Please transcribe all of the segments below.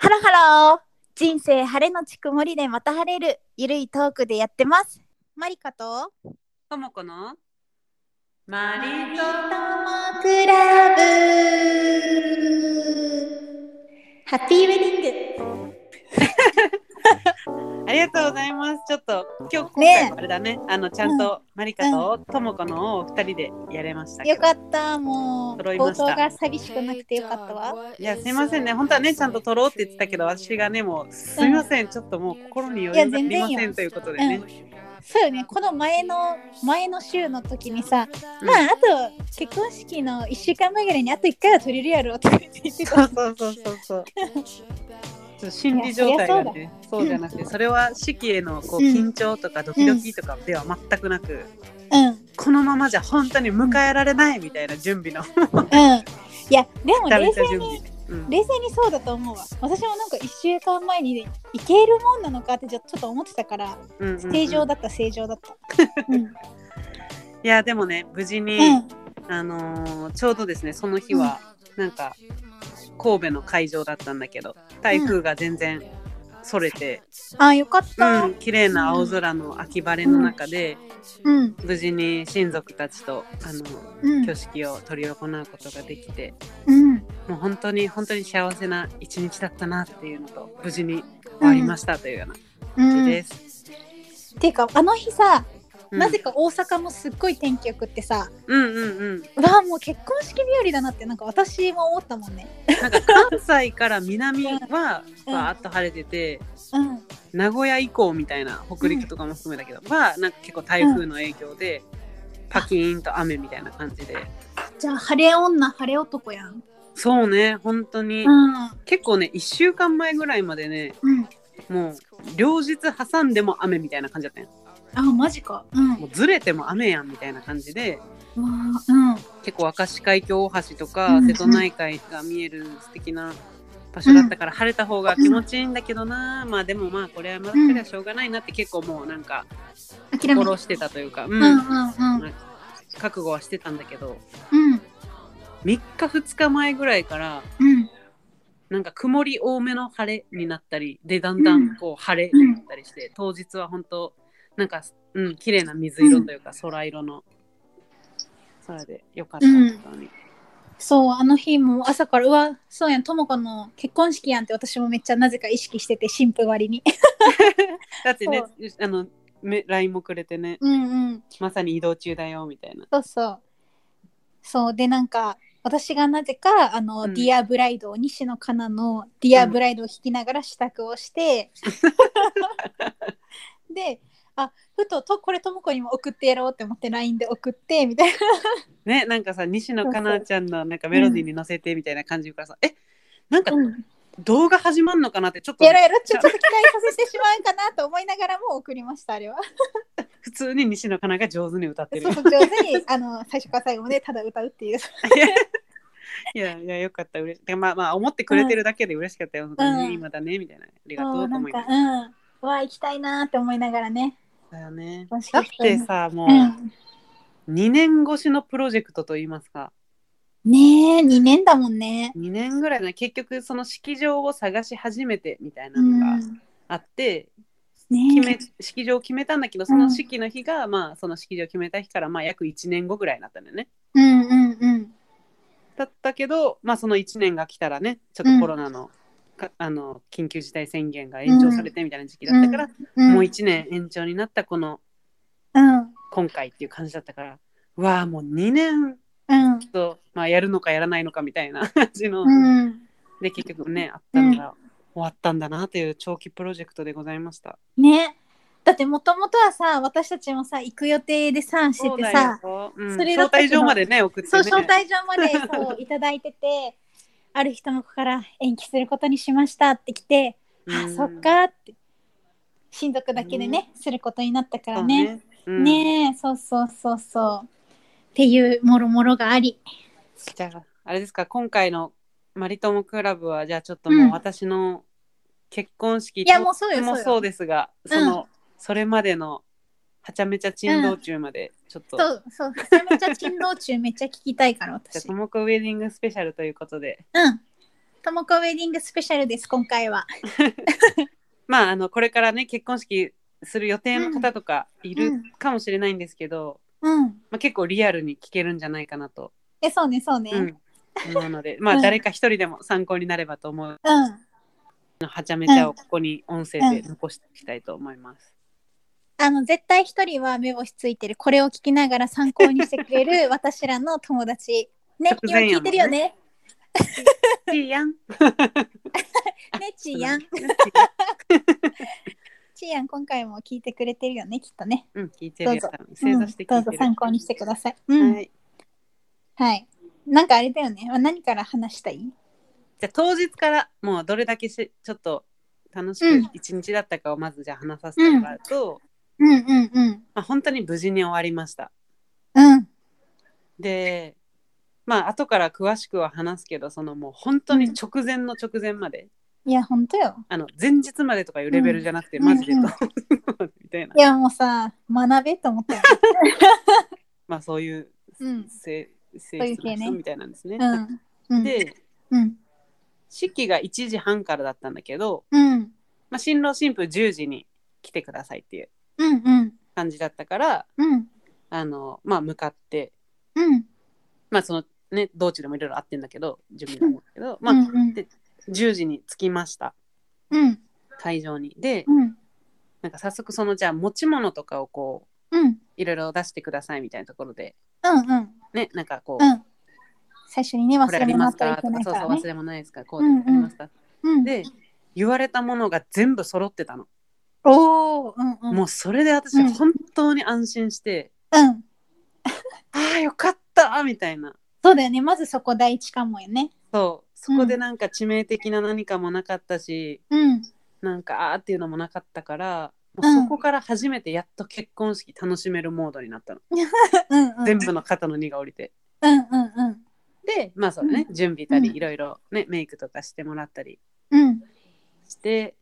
ロハロー人生晴れのち曇りでまた晴れるゆるいトークでやってますマリカとともこのマリトクラブハッピーウェディングありがとうございますちょっと今日今ね回はあれだねあのちゃんとマリカとともこのを二人でやれましたよかっったもう揃い冒ました頭が寂しくなくてよかったわいやすいませんね本当はねちゃんと撮ろうって言ってたけど私がねもうすいませんちょっともう心に余裕がありまいや全然せよんということでね、そうよねこの前の前の週の時にさ、うんまああと結婚式の1週間前ぐらいにあと1回は取れるやろって言ってそうたそうそうそうそうちょっと心理状態がねそうじゃなくてそれは式へのこううん緊張とかドキドキとかでは全くなく、うんこのままじゃ本当に迎えられないみたいな準備のうんいやでもめちゃめ冷ちゃ静準に備。うん冷静にそうだと思うわ私もなんか1週間前にいけるもんなのかってちょっと思ってたからうんうんうん正常だった正常だったうんいやでもね無事に、うんあのーちょうどですねその日は、なんか神戸の会場だったんだけど台風が全然それて、あよかっうたん綺麗な青空の秋晴れの中で、うん無事に親族たちとあのうん挙式を執り行うことができてうんもう本当に本当に幸せな一日だったなっていうのと無事に終わりましたというようなう感じんです。ていうかあの日さうんなぜか大阪もすっごい天気よくってさうんうんうん、うわあもう結婚式日和だなってなんか私も思ったもんねなんか関西から南はうんバーっと晴れてて、うん名古屋以降みたいな北陸とかも含めだけど、はなんか結構台風の影響で、パキーンと雨みたいな感じでじゃあ晴れ女晴れ男やんそうね本当に、うん結構ね1週間前ぐらいまでねうんもう両日挟んでも雨みたいな感じだったんよあマジかうんもうずれても雨やんみたいな感じでうわーうん結構明石海峡大橋とか、うん瀬戸内海が見える素敵な場所だったから、晴れた方が気持ちいいんだけどな、まあでもまあこれはまだしょうがないなって結構もうなんか諦めた心してたというか、う、うんうんんうん覚悟はしてたんだけどうん3日2日前ぐらいからうんなんか曇り多めの晴れになったりでだんだんこう晴れになったりして、当日は本当なんかうん綺麗な水色というか空色の空でよかったうん本当に、そうあの日も朝からうわそうやんともこの結婚式やんって私もめっちゃなぜか意識してて新婦割にだってねあのめ LINE もくれてね うんうんまさに移動中だよみたいなそうそうそうでなんか私がなぜかあの、うんディアブライドを西野カナのディアブライドを弾きながら支度をして、 であふととこれともこにも送ってやろうって思って LINE で送ってみたいなねなんかさ西野かなちゃんのなんかメロディーに乗せてみたいな感じからさ、えなんかうん動画始まんのかなってちょっとやろやろちょっと期待させてしまうかなと思いながらも送りましたあれは。普通に西野かなが上手に歌ってるそうそう上手にあの最初から最後までただ歌うっていう。いやいやよかった嬉しい。でまあまあ思ってくれてるだけで嬉しかったよ。本当うんに今だねみたいな。ありがとそううとなん思いかまうん。うわ行きたいなーって思いながらね。す。だよね。楽しかだっったねてさもうん。う2年越しのプロジェクトといいますかねえ2年だもんね。 2年ぐらいの結局その式場を探し始めてみたいなうのがん。あって、決ねめ式場を決めたんだけどその式の日が、まあその式場を決めた日からまあ約1年後ぐらいになったんだよね。え。うんうんうん。だったけどまあその1年が来たらねちょっとコロナの,か、あの緊急事態宣言が延長されてみたいな時期だったから、うんもう1年延長になったこのうん今回っていう感じだったからうわあもう2年うんと、まあ、やるのかやらないのかみたいな感じの、うん。で結局ねあったのが、終わったんだなという長期プロジェクトでございました。ねだってもともとはさ私たちもさ行く予定でさしててさそうだようんそれだ招ったけど待状までね送ってねそう招待状までそういただいててある人の子から延期することにしましたって来て。あうんそっかって親族だけでね、することになったからねそううんねえそうそうそうそうっていうもろもろがありじゃああれですか今回の「マリトモクラブは」じゃあちょっともう私の結婚式いやもうそうよそうもうよそうですが、うんそのそれまでのはちゃめちゃ珍道中までちょっと、そうそうめちゃめちゃ珍道中めっちゃ聞きたいから じゃあ私トモコウェディングスペシャルということでうんともこウェディングスペシャルです、今回は。まああのこれからね結婚式する予定の方とかいるかもしれないんですけど、うん。まあ、結構リアルに聞けるんじゃないかなと、え、そうね、そうね。ううん。ん、思うの でまうあん誰か一人でも参考になればと思うのはちゃめちゃをここに音声で残していきたいと思います。あの、絶対一人は目星ついてる。これを聞きながら参考にしてくれる 私らの友達。ね、直今前聞やいもてんねるよ ね。いいやん。ね、ちーやん。ちーやん、今回も聞いてくれてるよね、きっとね。うん、聞いてるよどうぞ。正座してう聞んいどてうぞる。参考にしてください。うん。は。はいい。なんかあれだよね。まあ何から話したいじゃあ当日からもうどれだけしちょっと楽しうんく一日だったかをまずじゃあ話させてもらううんうと、んうん。まあ、本当に無事に終わりました。うん。でまあ後から詳しくは話すけどそのもう本当に直前の直前まで、いや、ほんとよ。あの前日までとかいうレベルじゃなくて、うんマジでうんどううん みたいないや、もうさ、学べと思ったよ。まあそういううん性性そういう質系のね人みたいなんですね。うん。うん。でうん。式が1時半からだったんだけど、うん。まあ、新郎新婦10時に来てくださいっていううんうん。感じだったからうん。あの、まあ、向かってうん。まあそのね道中でもいろいろあってんだけど準備なんだけど、まうあ、んうんで10時に着きましたうん。会場に。でうん。なんか早速そのじゃあ持ち物とかをこううん。いろいろ出してくださいみたいなところでうんうん。ねなんかこう、うん。最初にね、忘これれあり物あまっすたらかいとけか、ないそかうらそうね忘。れ物ないですかこうでありますか、うん。で言われたものが全部揃ってたの、おお。うんうん。もうそれで私うん本当に安心して、うん。ああよかったみたいなそうだよね。まずそこ第一関門よね。そうそこでなんか致命的な何かもなかったし、うん。なんかあーっていうのもなかったからうもうんそこから初めてやっと結婚式楽しめるモードになったの、うんうん。全部の肩の荷が下りてうんうんうん。でまあそうだね、準備たり、うんいろいろねメイクとかしてもらったりうん。して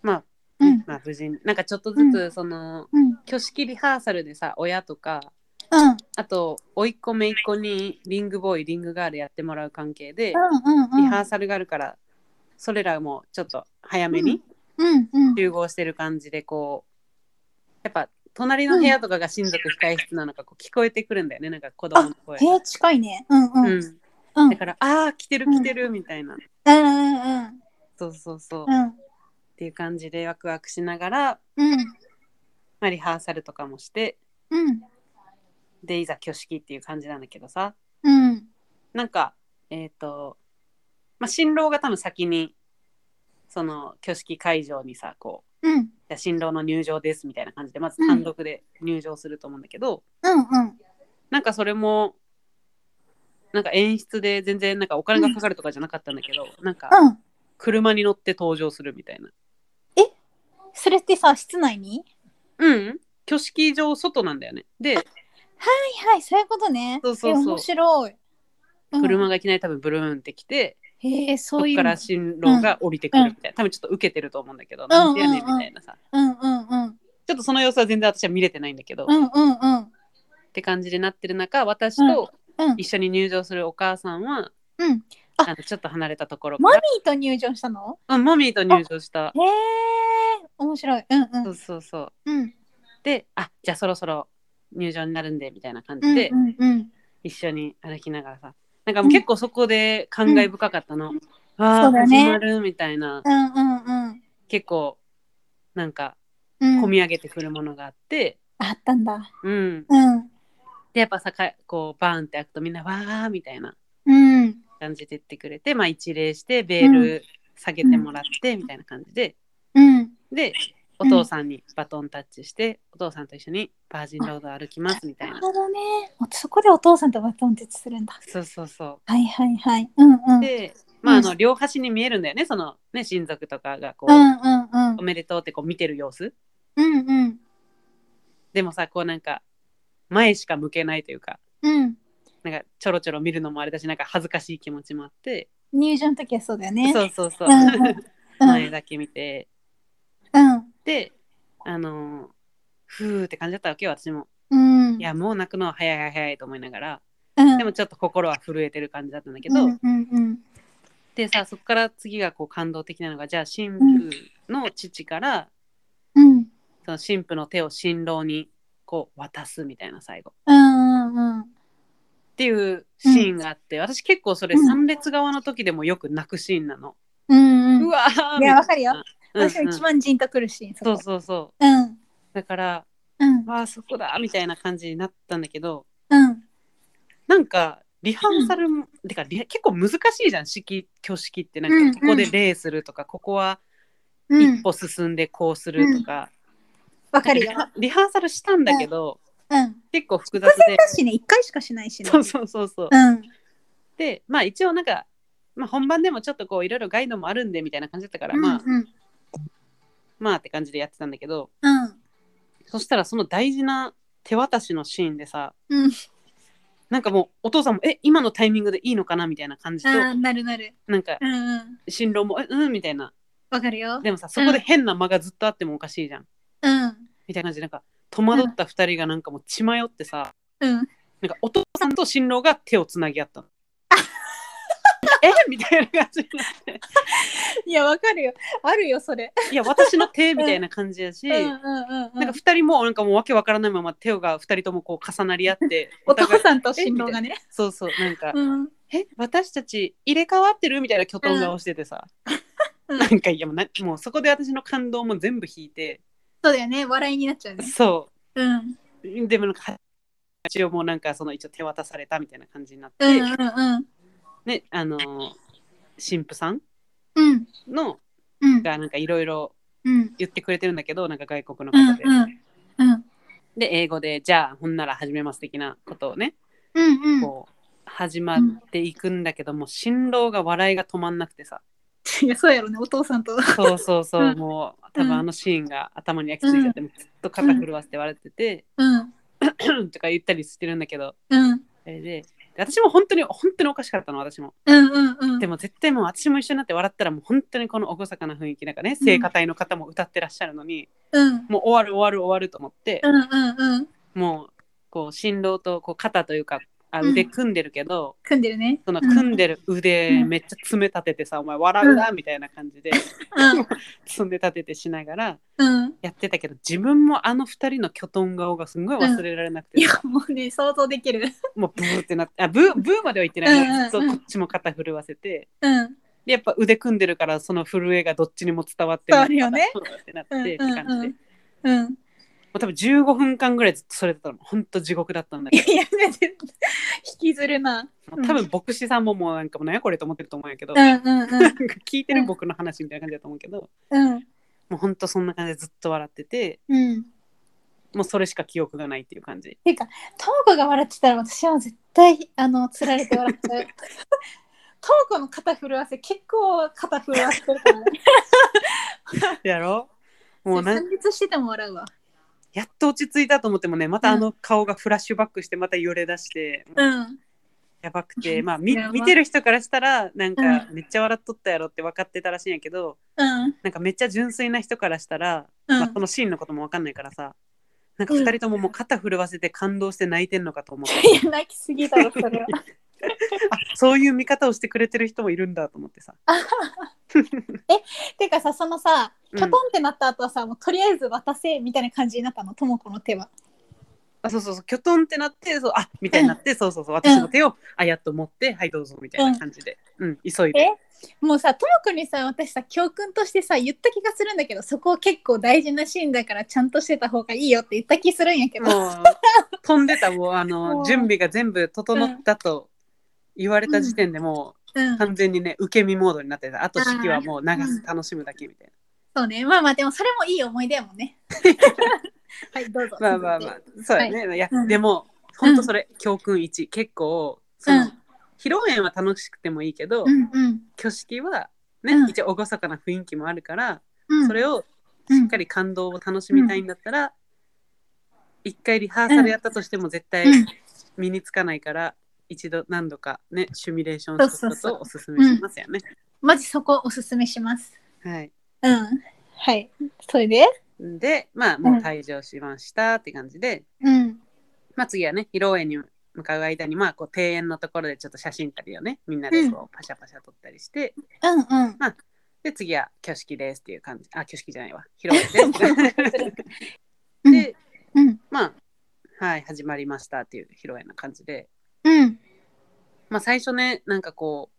まあうん。まあ、無事になんかちょっとずつその、うん。挙式リハーサルでさ親とかうん。あと甥っ子姪っ子にリングボーイリングガールやってもらう関係で、うんうん。リハーサルがあるからそれらもちょっと早めにうんうん。集合してる感じでこうやっぱ隣の部屋とかが親族控え室なのかこう聞こえてくるんだよねなんか子供の声え。ー、近いね。うんうん。ううんん、うんだから「ああ来てる来てる」みたいな、うんうんそうそうそう、うっん。ていう感じでワクワクしながら、うんまあ、リハーサルとかもしてうんでいざ挙式っていう感じなんだけどさうんなんかえっ、と、まあ、新郎が多分先にその挙式会場にさこううんじゃあ新郎の入場ですみたいな感じでまずうん単独で入場すると思うんだけど、うんなんかそれもなんか演出で全然なんかお金がかかるとかじゃなかったんだけど、なんかうん。車に乗って登場するみたいなそれってさ、室内にうん挙式場外なんだよねではいはい、そういうことね。そうそうそうえ面白い。うん車がいきなり多分ブルーンって来て、へえ、そそういこうかの。ら新郎が降りてくるみたいな、多分ちょっと受けてると思うんだけど、なんでやねんみたいなさうんうんうん。ちょっとその様子は全然私は見れてないんだけど、うんうんうん。って感じになってる中私とうん一緒に入場するお母さんは、うん。ああのちょっと離れたところかマミらーと入場したのあマミーと入場しへたえ、面白い。うんう。そうんそうそううんであじゃあそろそろ入場になるんでみたいな感うじんで、うんうん。一緒に歩きながらさなんかもう結構そこで感慨深かったの、わそあうだね始まるみたいなうんうんうん結構なんかうん。込み上げてくるものがあって、あったんだ。うんうん。でやっぱさかこうバーンって開くとみんなわあみたいなうん。感じで言ってくれて、まあ、一礼してベール下げてもらってみたいな感じで、うん。でお父さんにバトンタッチして、お父さんと一緒にバージンロード歩きますみたいななる。ほどね。そこでお父さんとバトンタッチするんだ。そうそうそうはいはいはい。うんうん。で、まあ、あうの両端に見えるんだよねそのね親族とかがこうう、んうんうんお。めでとうってこう見てる様子うんうん。でもさこうなんか前しか向けないというかうん。なんかちょろちょろ見るのもあれだしなんか恥ずかしい気持ちもあって、入場の時はそうだよね。そうそうそう、うんうん 前だけ見てうん。であのーふーって感じだったわけよ私もうん。うん。いやもう泣くのは早い早い早いと思いながらうん、でもちょっと心は震えてる感じだったんだけど、うんうんうん。でさそこから次がこう感動的なのがじゃあ神父の父からうんその神父の手を新郎にこう渡すみたいな最後うんうんうんっていうシーンがあって、私結構それ参列側の時でもよく泣くシーンなの、うんううんわーいやわかるみたいよなうんうん私は一番ジーンとくるシーンそそうこそうそううんだからうんわあそこだみたいな感じになったんだけどうんなんかリハーサルも、てかリ結構難しいじゃん式挙式ってなうんうんんかここで礼するとか、ここはうん一歩進んでこうするとか,、わかるリよハリハーサルしたんだけど、うん結構複雑偶然でだしね一回しかしないしねそうそうそうそう、うんでまあ一応なんか、まあ、本番でもちょっとこういろいろガイドもあるんでみたいな感じだったから、まあうんうんまあって感じでやってたんだけどうんそしたらその大事な手渡しのシーンでさうんなんかもうお父さんもえ今のタイミングでいいのかなみたいな感じとあーなるなるなんかうんうん新郎もえうんみたいなわかるよ でもさそこで変な間がずっとあってもおかしいじゃんうんみたいな感じでなんか戸惑った2人がなんかもう血迷ってさうんなんかお父さんと新郎が手をつなぎ合 ったの。えみたいな感じになっていやわかるよあるよそれいや私の手みたいな感じやし、うんうんうんうんなんか2人もなんかもうわけわからないまま手が2人ともこう重なり合って お互父いさんと新郎がねそうそうなんかうんえ私たち入れ替わってるみたいな巨頭顔しててさ、うんなんかいやもうなもうそこで私の感動も全部引いて、そうだよね笑いになっちゃうねそうんうでもなんか一応もうなんかその一応手渡されたみたいな感じになって、うんうんうんねあのー神父さんうんのうんがなんかいろいろうん言ってくれてるんだけどなんか外国のうん方で、うんうんで英語でじゃあほんなら始めます的なことをねうんうんこう始まっていくんだけども新郎が笑いが止まんなくてさいやそうやろねお父さんとそうそうそう、うんもう多分あのシーンが頭に焼き付いちゃって、ずっと肩震わせて笑ってて、うんとか言ったりしてるんだけどうんあれでで私も本当に本当におかしかったの私もうんうんうんでも絶対もう私も一緒になって笑ったらもう本当にこの厳かな雰囲気なんかねうん聖歌隊の方も歌ってらっしゃるのに、うんもう終わる終わる終わると思ってう、んうんうんもうこう新郎とこう肩というかあうん腕組んでるけど、組んでるねその組んででる腕うんめっちゃ爪立ててさ、お前笑うなみたいな感じで、 うん爪立ててしながらうんやってたけど自分もあの二人のきょとん顔がすんごい忘れられなくいて、やもうね想像できるもうブーってなってあブーブーまでは言ってないうんうんうんずっとこっちも肩震わせてうんでやっぱ腕組んでるからその震えがどっちにも伝わって伝わるよねブーってなってうっんてう感じで、んうもんうんう多分15分間ぐらいずっとそれだったの本当地獄だったんだいけやどいや全然引きずるなもう多分牧師さんももうなんかもう何やこれと思ってると思うんやけど、うなんんうんうんか聞いてる僕の話みたいな感じだと思うけど、うんもう本当そんな感じでずっと笑っててうんもうそれしか記憶がないっていう感じトモコが笑ってたら私は絶対あのつられて笑っちゃう。トモコの肩震わせ結構肩震わせてるからね。やろもうなん参列してても笑うわ。やっと落ち着いたと思ってもねまたあの顔がフラッシュバックしてまた揺れ出して、うんやばくてうんまあみやば見てる人からしたらなんかうめっちゃ笑っとったやろって分かってたらしいんやけどうんなんかめっちゃ純粋な人からしたら、うんまあ、このシーンのことも分かんないからさなんか2人とももう肩震わせて感動して泣いてんのかと思って、いや泣きすぎだろそれ は。あそういう見方をしてくれてる人もいるんだと思ってさてかさそのさうんキョトンってなった後はさ、もうとりあえず渡せみたいな感じになったのトモコの手は。あそうそうそうキョトンってなってそうあみたいになって、そうそうそう私の手を、あやっと持ってはいどうぞみたいな感じで、うん急いでえもうさトモコにさ私さ教訓としてさ言った気がするんだけどそこを結構大事なシーンだからちゃんとしてた方がいいよって言った気するんやけど。もう飛んでたもうあ ものう準備が全部整ったと言われた時点でもうんう完全にね受け身モードになってたあと式はもう流うすん楽しむだけみたいそうね。まあまあ、でもそれもいい思い出やもん ね。はい、どうぞ。な、まあまあまあそうやね、い、やでもうん本当それ、教訓1結構その、うん披露宴は楽しくてもいいけど、うんうん。挙式はね、うん一応厳かな雰囲気もあるから、うん、それをうんしっかり感動を楽しみたいんだったら、一回リハーサルやったとしても絶対うん身につかないから、一度何度かねシミュレーションするこそうとそをおすすめしますよね。マジそこおすすめします。はい、うん。はい。それででまあもう退場しましたって感じで、うん。まあ、次はね披露宴に向かう間にまあこう庭園のところでちょっと写真撮りをねみんなでこうパシャパシャ撮ったりして、うんうん。で次は挙式ですっていう感じあ挙式じゃないわ広場です でうんまあはい始まりましたっていう披露宴な感じでうん。まあ最初ねなんかこ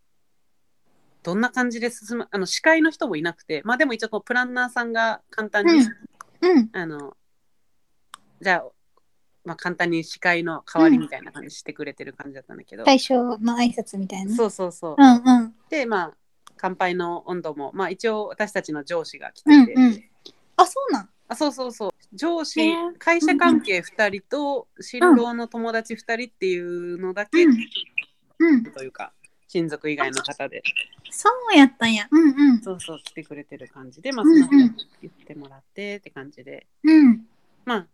うどんな感じで進むあの司会の人もいなくてまあでも一応こうプランナーさんが簡単に、うんうん。あのじゃあまあ簡単に司会の代わりみたいな感じしてくれてる感じだったんだけど、対象の挨拶みたいな。そうそうそう、うんうん。でまあ乾杯の温度もまあ一応私たちの上司が来てうんて、うん。あ、そうなん。あそうそうそう上司、えー会社関係2人と新郎の友達2人っていうのだけ、うんうん。というか親族以外の方でそうやったんや。うんうん。そうそう来てくれてる感じでまあうそんうんの言ってもらってって感じでうん。まあ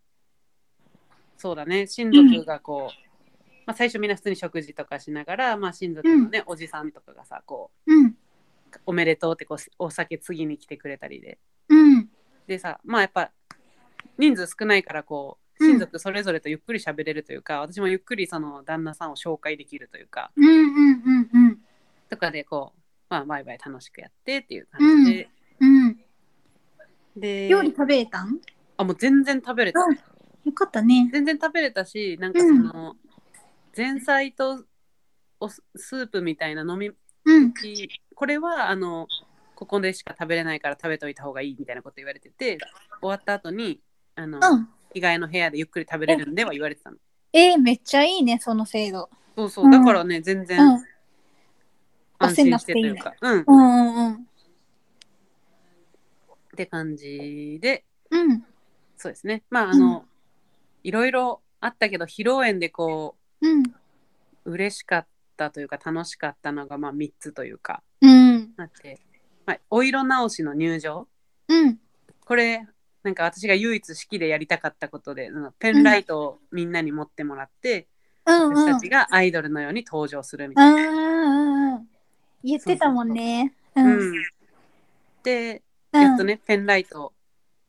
そうだね親族がこう、まあ、最初みんな普通に食事とかしながら、まあ、親族のね、おじさんとかがさこうん。うおめでとうってこうお酒次に来てくれたりでうん。でさまあやっぱ人数少ないからこううん親族それぞれとゆっくり喋れるというか、私もゆっくりその旦那さんを紹介できるというかうんうんうんうん。とかでこうまあワイワイ楽しくやってっていう感じで、うん。で料理食べれたんあもう全然食べれた、うんよかったね。全然食べれたしなんかその、前菜とおススープみたいな飲みうん。これはあのここでしか食べれないから食べといた方がいいみたいなこと言われてて終わった後にあの、うん。着替えの部屋でゆっくり食べれるんでは言われてたの。えー、めっちゃいいね、その制度。そうそうう、んだからね、全然うん。安心してというか、うん、っうんうんうん。て感じで、うん。そうですね。まあ、あの、いろいろあったけど、披露宴でこうん。う、嬉しかったというか、楽しかったのが、まあ、3つというか、うん。あって、まあ、お色直しの入場、うん。これ、なんか私が唯一式でやりたかったことで、うんペンライトをみんなに持ってもらって、うんうん。私たちがアイドルのように登場するみたいな。うんうんうん。言ってたもんね。ううんん。で、うんやっと。ね、ペンライト、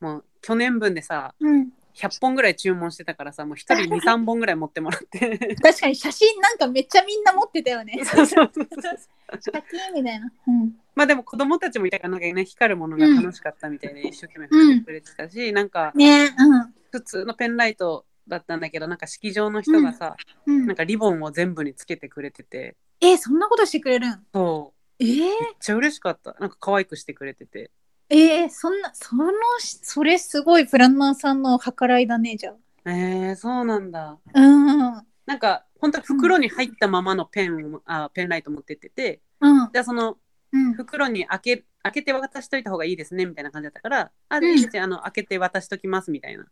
もう去年分でさ、うん。 100本ぐらい注文してたからさもう1人23 本ぐらい持ってもらって確かに写真なんかめっちゃみんな持ってたよね。そうそうそうシ ャキーンみたいな。うん。まあでも子供たちもいたからなんかね光るものが楽しかったみたいで一生懸命振ってくれてたし、なんかねうん。普通のペンライトだったんだけどなんか式場の人がさ、うんなんかリボンを全部につけてくれててえー、そんなことしてくれるんそえー、うめっちゃ嬉しかったなんか可愛くしてくれててえー、そんな、その、それすごいプランナーさんの計らいだね、じゃえー、そうなんだあ。うん。うん。なんか本当は袋に入ったままのペンをあペンライト持ってっててうん。じゃあそのうん。袋に開け開けて渡しといた方がいいですねみたいな感じだったから「あんいいですよあの開けて渡しときます」みたいな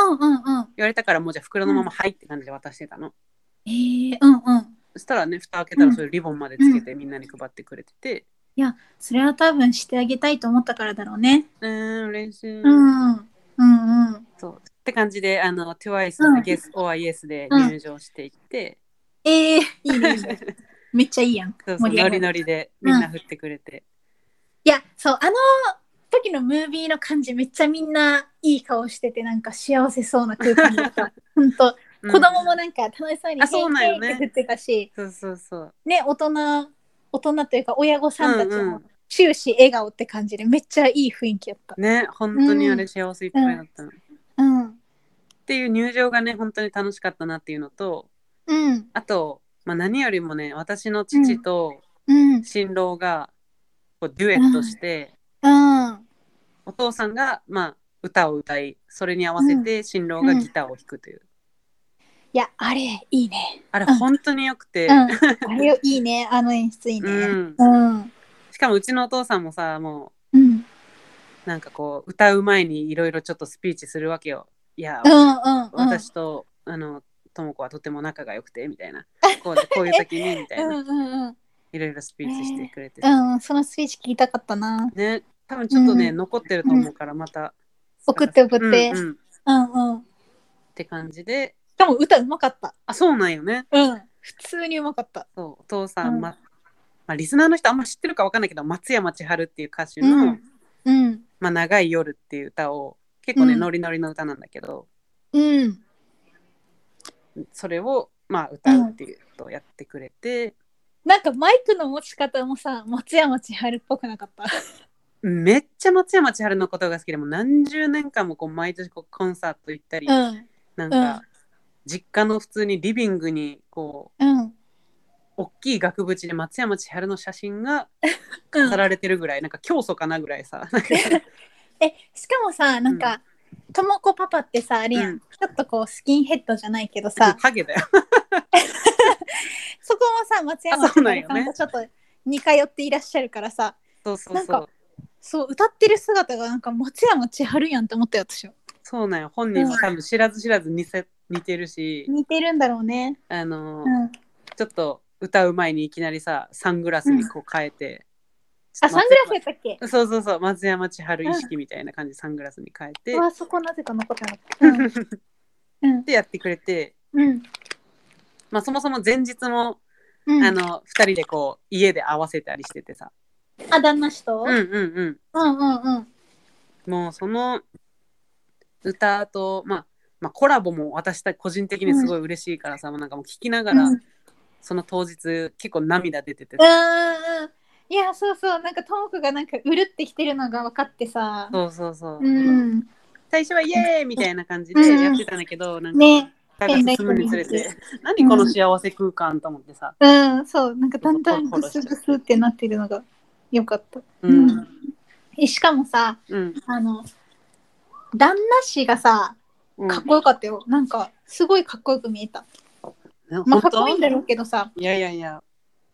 うんうんうん。言われたからもうじゃあ袋のまま「はい」って感じで渡してたの、えー、うんうん。そしたらね蓋開けたらそういうリボンまでつけてみんなに配ってくれててそれは多分してあげたいと思ったからだろうね。うーん嬉しい、うん。うんうん。そうって感じであの TWICE うのん「Yes or Yes」で入場していって、えー、いいねいいね。 めっちゃいいやん。そうそう盛り上がノリるノリでみんな振ってくれて、いや、そう、あの時のムービーの感じ、めっちゃみんないい顔してて、なんか幸せそうな空間だった。 ほんと、うん子供もなんか楽しそうにあそうなんよねヘイヘイって振ってたし、そうそうそうね、大人、大人というか親御さんたちうんうもん終始笑顔って感じで、めっちゃいい雰囲気やった。ね本当にあれ幸せいっぱいだったの、っうん。ていう入場がね本当に楽しかったなっていうのとうん。あと、まあ、何よりもね私の父とうん。新郎がこうデュエットして、うん。お父さんが、まあ、歌を歌いそれに合わせて新郎がギターを弾くという、いや、あれ、いいね。あれうん本当によくて、うん。あれ、いいね。あの演出いいね。うんうん。しかもうちのお父さんもさもうん。うなんかこう歌う前にいろいろちょっとスピーチするわけよ。いや、うん。うん。私とあのとも子はとても仲が良くてみたいなこ うでこういう時にみたういん。なうん。うん。いろいろスピーチしてくれて、うん。そのスピーチ聞きたかったな。ね多分ちょっとね、う残ってると思うからまた送って送ってうんうんっうんうん。て感じででも歌うまかった。あそうなんよね。うん。普通にうまかった。そうお父さん、うんままあ、リスナーの人あんま知ってるかわかんないけど松山千春っていう歌手の「うん。うん。まあ、長い夜」っていう歌を結構ね、うんノリノリの歌なんだけどうん。それを、まあ、歌うっていうことをやってくれて、なんかマイクの持ち方もさ松山千春っぽくなかっためっちゃ松山千春のことが好きでもう何十年間もこう毎年こうコンサート行ったり、うんうなんんか実家の普通にリビングにこううん大きい額縁で松山千春の写真がうん飾られてるぐらい、なんか教祖かなぐらいさなんかえしかもさなんか、ともこパパってさあれやん、うんちょっとこうスキンヘッドじゃないけどさ ハゲだよ。そこもさ松山あそう千なんよ春ねさんとちょっと似通っていらっしゃるからさそうそうなんそうかそう歌ってる姿がなんか松山千春やんって思ったやつでしょそうなんよ本人も多分知らず知らず似せ似てるし、似てるんだろうねあのーうんちょっと歌う前にいきなりさサングラスにこう変えて、あサングラスやったっけスそうそうそう松山千春意識みたいな感じでサングラスに変えて、あそこなぜか残ってなかったうん うんでやってくれて、うんまあ、そもそも前日も、うんあの2人でこう家で合わせたりしててさ、あ旦那氏と、うんうんうん、うんうんうんもうその歌と、まあ、まあコラボも私た個人的にすごい嬉しいからさ、もうなんかもう聞きながら、うんその当日結構涙出てて、うんうんいやそうそうなんかトモコがなんかうるってきてるのが分かってさそうそうそう、うん最初はイエーイみたいな感じでやってたんだけど、なんかね歌が進むにつれて、 何この幸せ空間と思ってさ、うんそうなんかだんだんグスグスってなってるのがよかったうん、うえしかもさうん、あの旦那氏がさうん、かっこよかったよ、なんかすごいかっこよく見えたまあ本かっ当こいいんだろうけどさいやいやいや、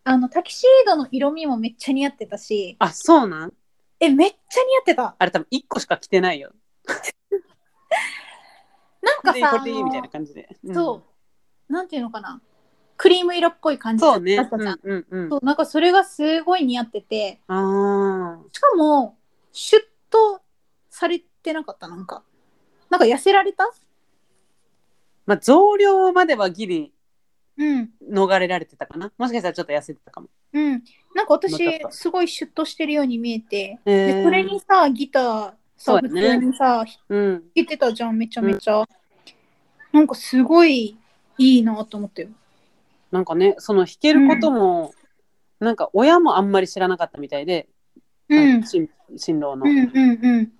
あのタキシードの色味もめっちゃ似合ってたしあ、そうなんえめっちゃ似合ってたあれ多分1個しか着てないよ。なんこかれでいいさこれでいいみたいなあ感じで。のんそうなんていうのかなクリーム色っぽい感じだっそうたね。じゃんうんうんうん。そうなんかそれがすごい似合っててあしかもシュッとされてなかったなんかなんか痩せられたーまあ、増量まではギリうん逃れられてたかな。もしかしたらちょっと痩せてたかも。うんなんか私またすごいシュッとしてるように見えてえでこれにさギターそうさだ普ね通にさ弾うん。いてたじゃんめちゃめちゃ、なんかすごいいいなと思ったよなんかね、その弾けることも、なんか親もあんまり知らなかったみたいで、うん新新郎の、うんうんうん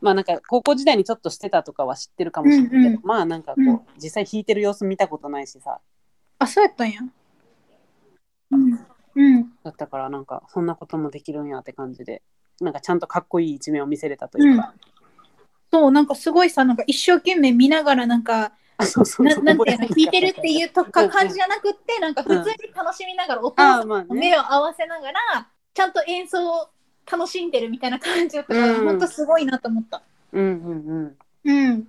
まあなんか高校時代にちょっとしてたとかは知ってるかもしれないけど、うんうんまあなんかこう、うん実際弾いてる様子見たことないしさ、あそうやったんやうんうんだったからなんかそんなこともできるんやって感じでなんかちゃんとかっこいい一面を見せれたというか、そうなんかすごいさなんか一生懸命見ながらなんかあ そうそうなそうなんていうの聞いてるってういうとうんかうん感じじゃなくってなんか普通に楽しみながらおあ父あまあのね目を合わせながらちゃんと演奏を楽しんでるみたいな感じだったかうらん本当すごいなと思った。うんうんうんうん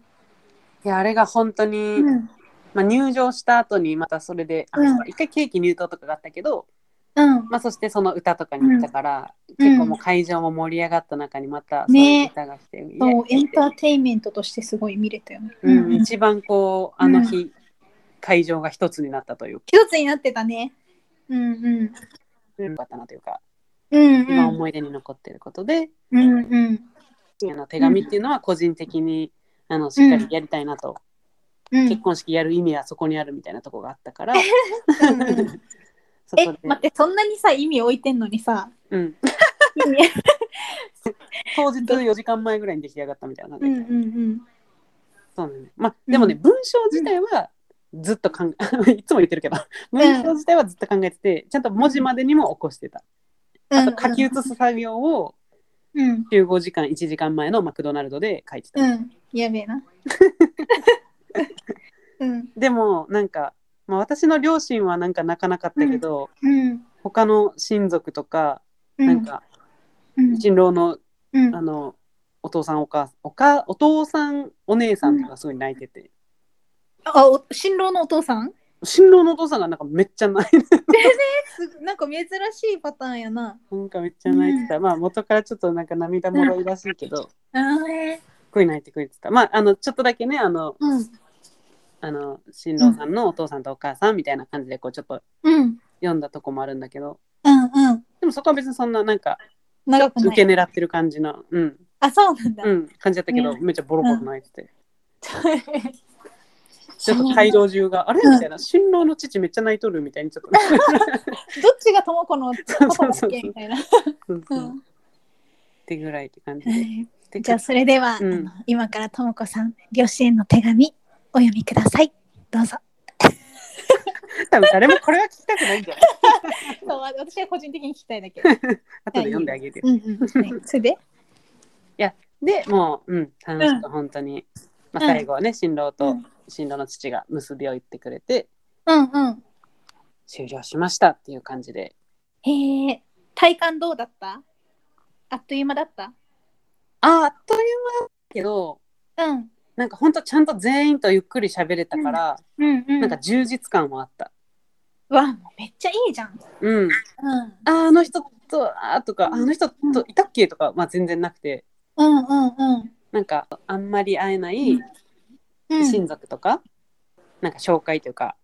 いやあれが本当に、うんまあ、入場した後にまたそれで、あうんそうか一回ケーキ入刀とかがあったけど、うんまあ、そしてその歌とかに行ったから、うん結構もう会場も盛り上がった中にまたそういうね歌が来て、イエそうエイっンてターテインメントとしてすごい見れたよね。うんうん一番こうあの日、会場が一つになったというか一つになってたね。うんうんよかったなというか、うんう今ん思い出に残っていることで、うんうんあの手紙っていうのは個人的に、あのしっかりやりたいなと、うん結婚式やる意味はそこにあるみたいなとこがあったから、うんうんそえこで、待ってそんなにさ意味置いてんのにさうん、意味当日4時間前ぐらいに出来上がったみたいなう感んじで、うんそうなんだまあでもね、うん文章自体はずっと考え いつも言ってるけど文章自体はずっと考えててちゃんと文字までにも起こしてた、うんあと書き写す作業をうん集合時間1時間前のマクドナルドで書いてた、うんやべえ な。うんでもなんか、まあ、私の両親はなんか泣かなかったけど、うん他の親族とかなんかうん新郎のうんあのお父さんお母おかお父さんお姉さんとかすごい泣いてて、あお新郎のお父さん新郎のお父さんがなんかめっちゃ泣いてすなんか珍しいパターンやな。なんかめっちゃ泣いてた、まあ元からちょっとなんか涙もろいらしいけど、すっあれごい泣いてくれてたまああのちょっとだけねあのうん。あの新郎さんのお父さんとお母さんみたいな感じでこうちょっとうん。読んだとこもあるんだけどうんうん。でもそこは別にそんななんか長くな受けい。狙ってる感じの、うん あ、そうなんだ。うん、感じだったけど、ねめっちゃボロボロ泣いてて、ちょっと回廊中が、あれうんみたいな、新郎の父めっちゃ泣いとるみたいに、ちょっとなる。どっちがともこのパパだっけみたいな。うんううんんってぐらいって感じはで。いでじゃあそれでは、うんあの今からともこさん両親への手紙お読みくださいど うぞ多分誰もこれは聞きたくないんじゃないそう私は個人的に聞きたいだけ後で読んであげるよ。うんうん、はい それでで、もう、うん、楽しく本当に。まあ、うん最後はね、新郎うとん新郎の父が結びを言ってくれて、うんうん終了しましたっていう感じで。へえ体感どうだったあっという間だったああ、あっという間だけど、うんなんか本当ちゃんと全員とゆっくり喋れたから、うんうんなんか充実感もあった。わあめっちゃいいじゃんうん。うんあーあの人と、あーとか、あの人うんといたっけとか、まあ全然なくて、うんうんうんなんかあんまり会えない親族とか、なんか紹介というか、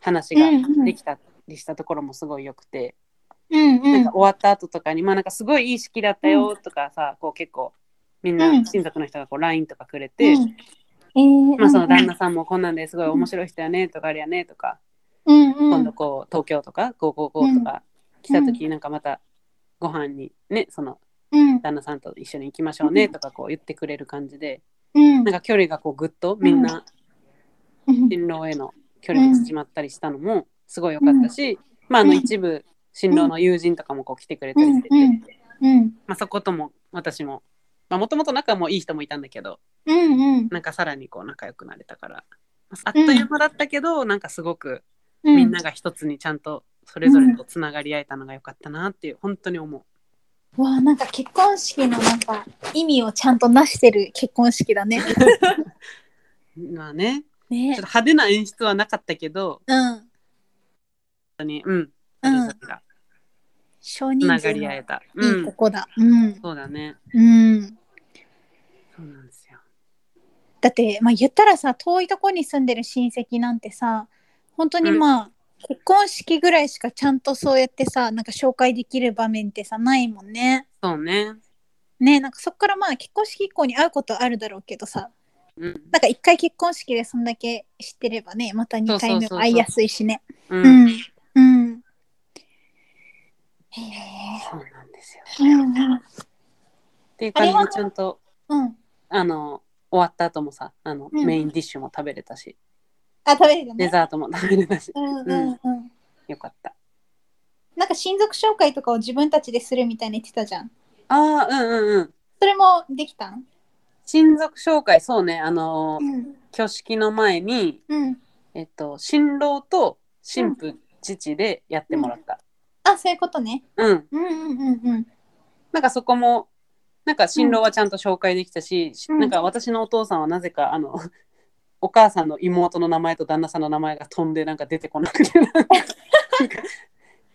話ができたりしたところもすごい良くて、うんうなんんか終わった後とかに、まあなんかすごいいい式だったよとかさ、こう結構、みんなうん親族の人がこう LINE とかくれて、うんえーまあその旦那さんもこんなんですごい面白い人やねとかあれやねとか、うんうん今度こう東京とか555とか来た時なんかまたご飯にねそのうん旦那さんと一緒に行きましょうねうんとかこう言ってくれる感じでうんなんか距離がこうぐっとみんなうん新郎への距離が縮まったりしたのもすごい良かったしまああのうん一部新郎の友人とかもこう来てくれたりしててうんうんまあそことも私ももともと仲もいい人もいたんだけどうんうんなんかさらにこう仲良くなれたからまああっという間だったけどなんかすごくうんみんなが一つにちゃんとそれぞれとつながり合えたのが良かったなっていう、本当に思う。わあなんか結婚式のなんか意味をちゃんとなしてる結婚式 だね。まあね、ちょっねと。派手な演出はなかったけど、うん。本当に、うん、うそんれぞれが少つ人なが数りの合いえた。ういんと、こだ。うん。そうだね。うん。そうなんですよ。だってまあ言ったらさ遠いとこに住んでる親戚なんてさ本当にまあ、結婚式ぐらいしかちゃんとそうやってさなんか紹介できる場面ってさないもんね。そうね。ねなんかそっからまあ結婚式以降に会うことあるだろうけどさうん、なんか一回結婚式でそんだけ知ってればねまた2回目も会いやすいしね。う、うんんうん。へえ。そうなんですよ。うんっていう感じあれではちゃんと、うん。あの、終わった後もさ、あの、うんメインディッシュも食べれたし、あ、食べれるデね。ザートも食べれたし、うんうんうん。よかった。なんか親族紹介とかを自分たちでするみたいに言ってたじゃん。ああ、うんうんうん。それもできたん親族紹介、そうね、あの、ん。挙式の前に、うん。えっと、新郎と新婦父でやってもらった。あ、そういうことね。うん。うんうんうんうん。なんかそこも、なんか新郎はちゃんと紹介できたし、うんなんか私のお父さんはなぜか、あの、 お母さんの妹の名前と旦那さんの名前が飛んでなんか出てこなくて、なん か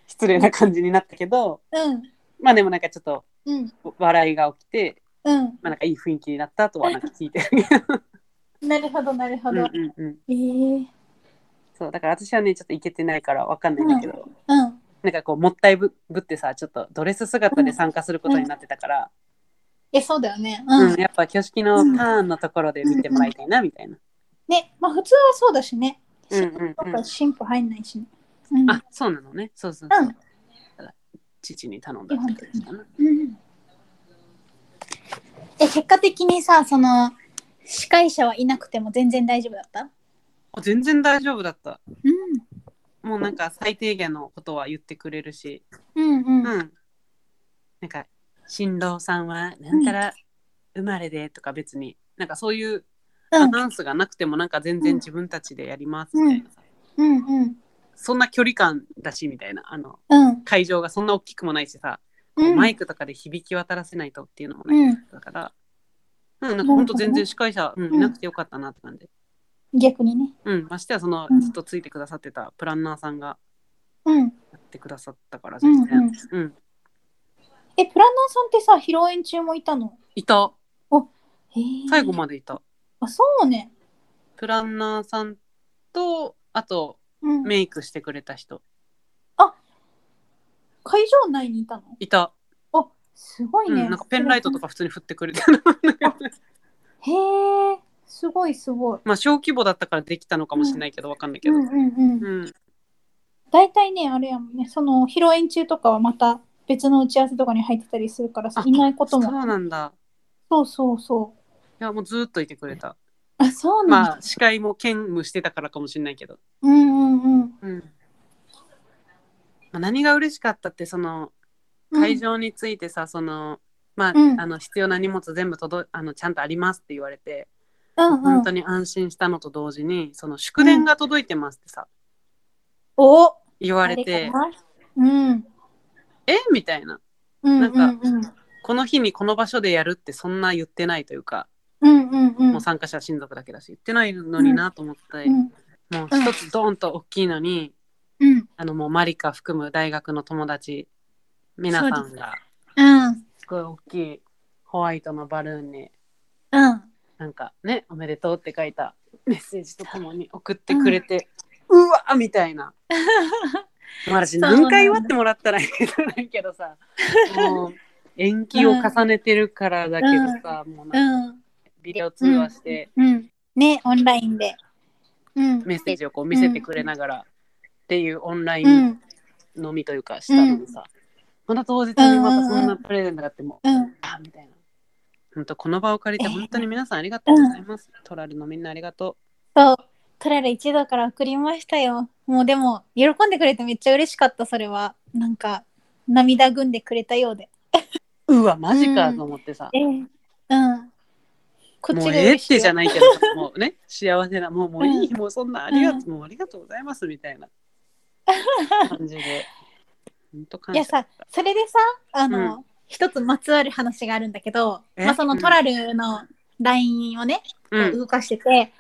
失礼な感じになったけど、うんまあでもなんかちょっとうん笑いが起きて、うん。まあなんかいい雰囲気になったとはなんか聞いてるけど。なるほどなるほうんど。うんうん。ええ。そう、だから私はね、ちょっと行けてないからわかんないんだけど、うん。なんかこうもったいぶぶってさちょっとドレス姿で参加することになってたから、いやそうだよね。うんうん。やっぱ挙式のターンのところで見てもらいたいなみたいな。ね、まあ普通はそうだしね。うん新うん婦うんと、新婦入んないしね。うんあそうなのねそうそうそう。うんただ父に頼んだって感じだな。うんえ結果的にさその司会者はいなくても全然大丈夫だったあ全然大丈夫だった。うんもうなんか最低限のことは言ってくれるし、うんうんうん、なんか新郎さんはなんたら生まれでとか別になんかそういうアナウンスがなくてもなんか全然自分たちでやりますみたいなさ、うんうんそんな距離感だしみたいなあのうん会場がそんな大きくもないしさ、うんマイクとかで響き渡らせないとっていうのもうね、んだから、うん、なんか本当全然司会者、うんうんいなくてよかったなって感じ。逆にねうん、ましてやそのうんずっとついてくださってたプランナーさんがうんやってくださったからうん全然、うんえプランナーさんってさ披露宴中もいたのいたへえ最後までいた。あそうねプランナーさんとあとうんメイクしてくれた人会場内にいたのいた、あすごいうん、ね、 なんかペンライトとか普通に振ってくれてへえすごいすごい。まあ小規模だったからできたのかもしれないけど、わかんないけど。うんうんうん。うん。大体ね、あれやもんね、その披露宴中とかはまた別の打ち合わせとかに入ってたりするからさあ、いないことそうも。なんだ。そうそうそう。いや、もうずっといてくれた。あ、そうなんだ。まあ、司会も兼務してたからかもしれないけど。うんうんうん。うん。まあ、何が嬉しかったって、その、うん会場についてさ、その、まあ、うんあの必要な荷物全部届いあのちゃんとありますって言われて、うんう本ん当。に安心したのと同時にその祝電が届いてますってさ、お言われてあかなうん。えみたいなうんなんかうんこの日にこの場所でやるってそんな言ってないというか、うんうんうんもう参加者は親族だけだし言ってないのになと思って、うんもう一つドーンと大きいのに、うんあのもうマリカ含む大学の友達皆さそうんがうんすごい大きいホワイトのバルーンにうん なんかねおめでとうって書いたメッセージとともに送ってくれて、うわみたいな。まあ私うなんだ何回祝ってもらったらいいじゃないけど さもう延期を重ねてるからだけどさ、もうなんかうんビデオ通話してうんねオンラインでうんメッセージをこう見せてくれながらっていうオンライうンん飲みというかしたのにさ、また当日にまたそんなプレゼントがあってもううんあみたいな。本当この場を借りて本当に皆さんありがとうございます。トラルのみんなありがとそうトラル一度から送りましたよもうでも喜んでくれてめっちゃ嬉しかったそれはなんか涙ぐんでくれたようでう。うわマジかと思ってさ、えうんこっもちうがええ嬉っしいてよじゃないけどもうね幸せなもうもういい、もうそんなありがとう、もうありがとうございますみたいな感じで本当感い謝やさそれでさあの、一つまつわる話があるんだけど、えまあ、そうのんトラルの LINE をね、うこうん動かしてて、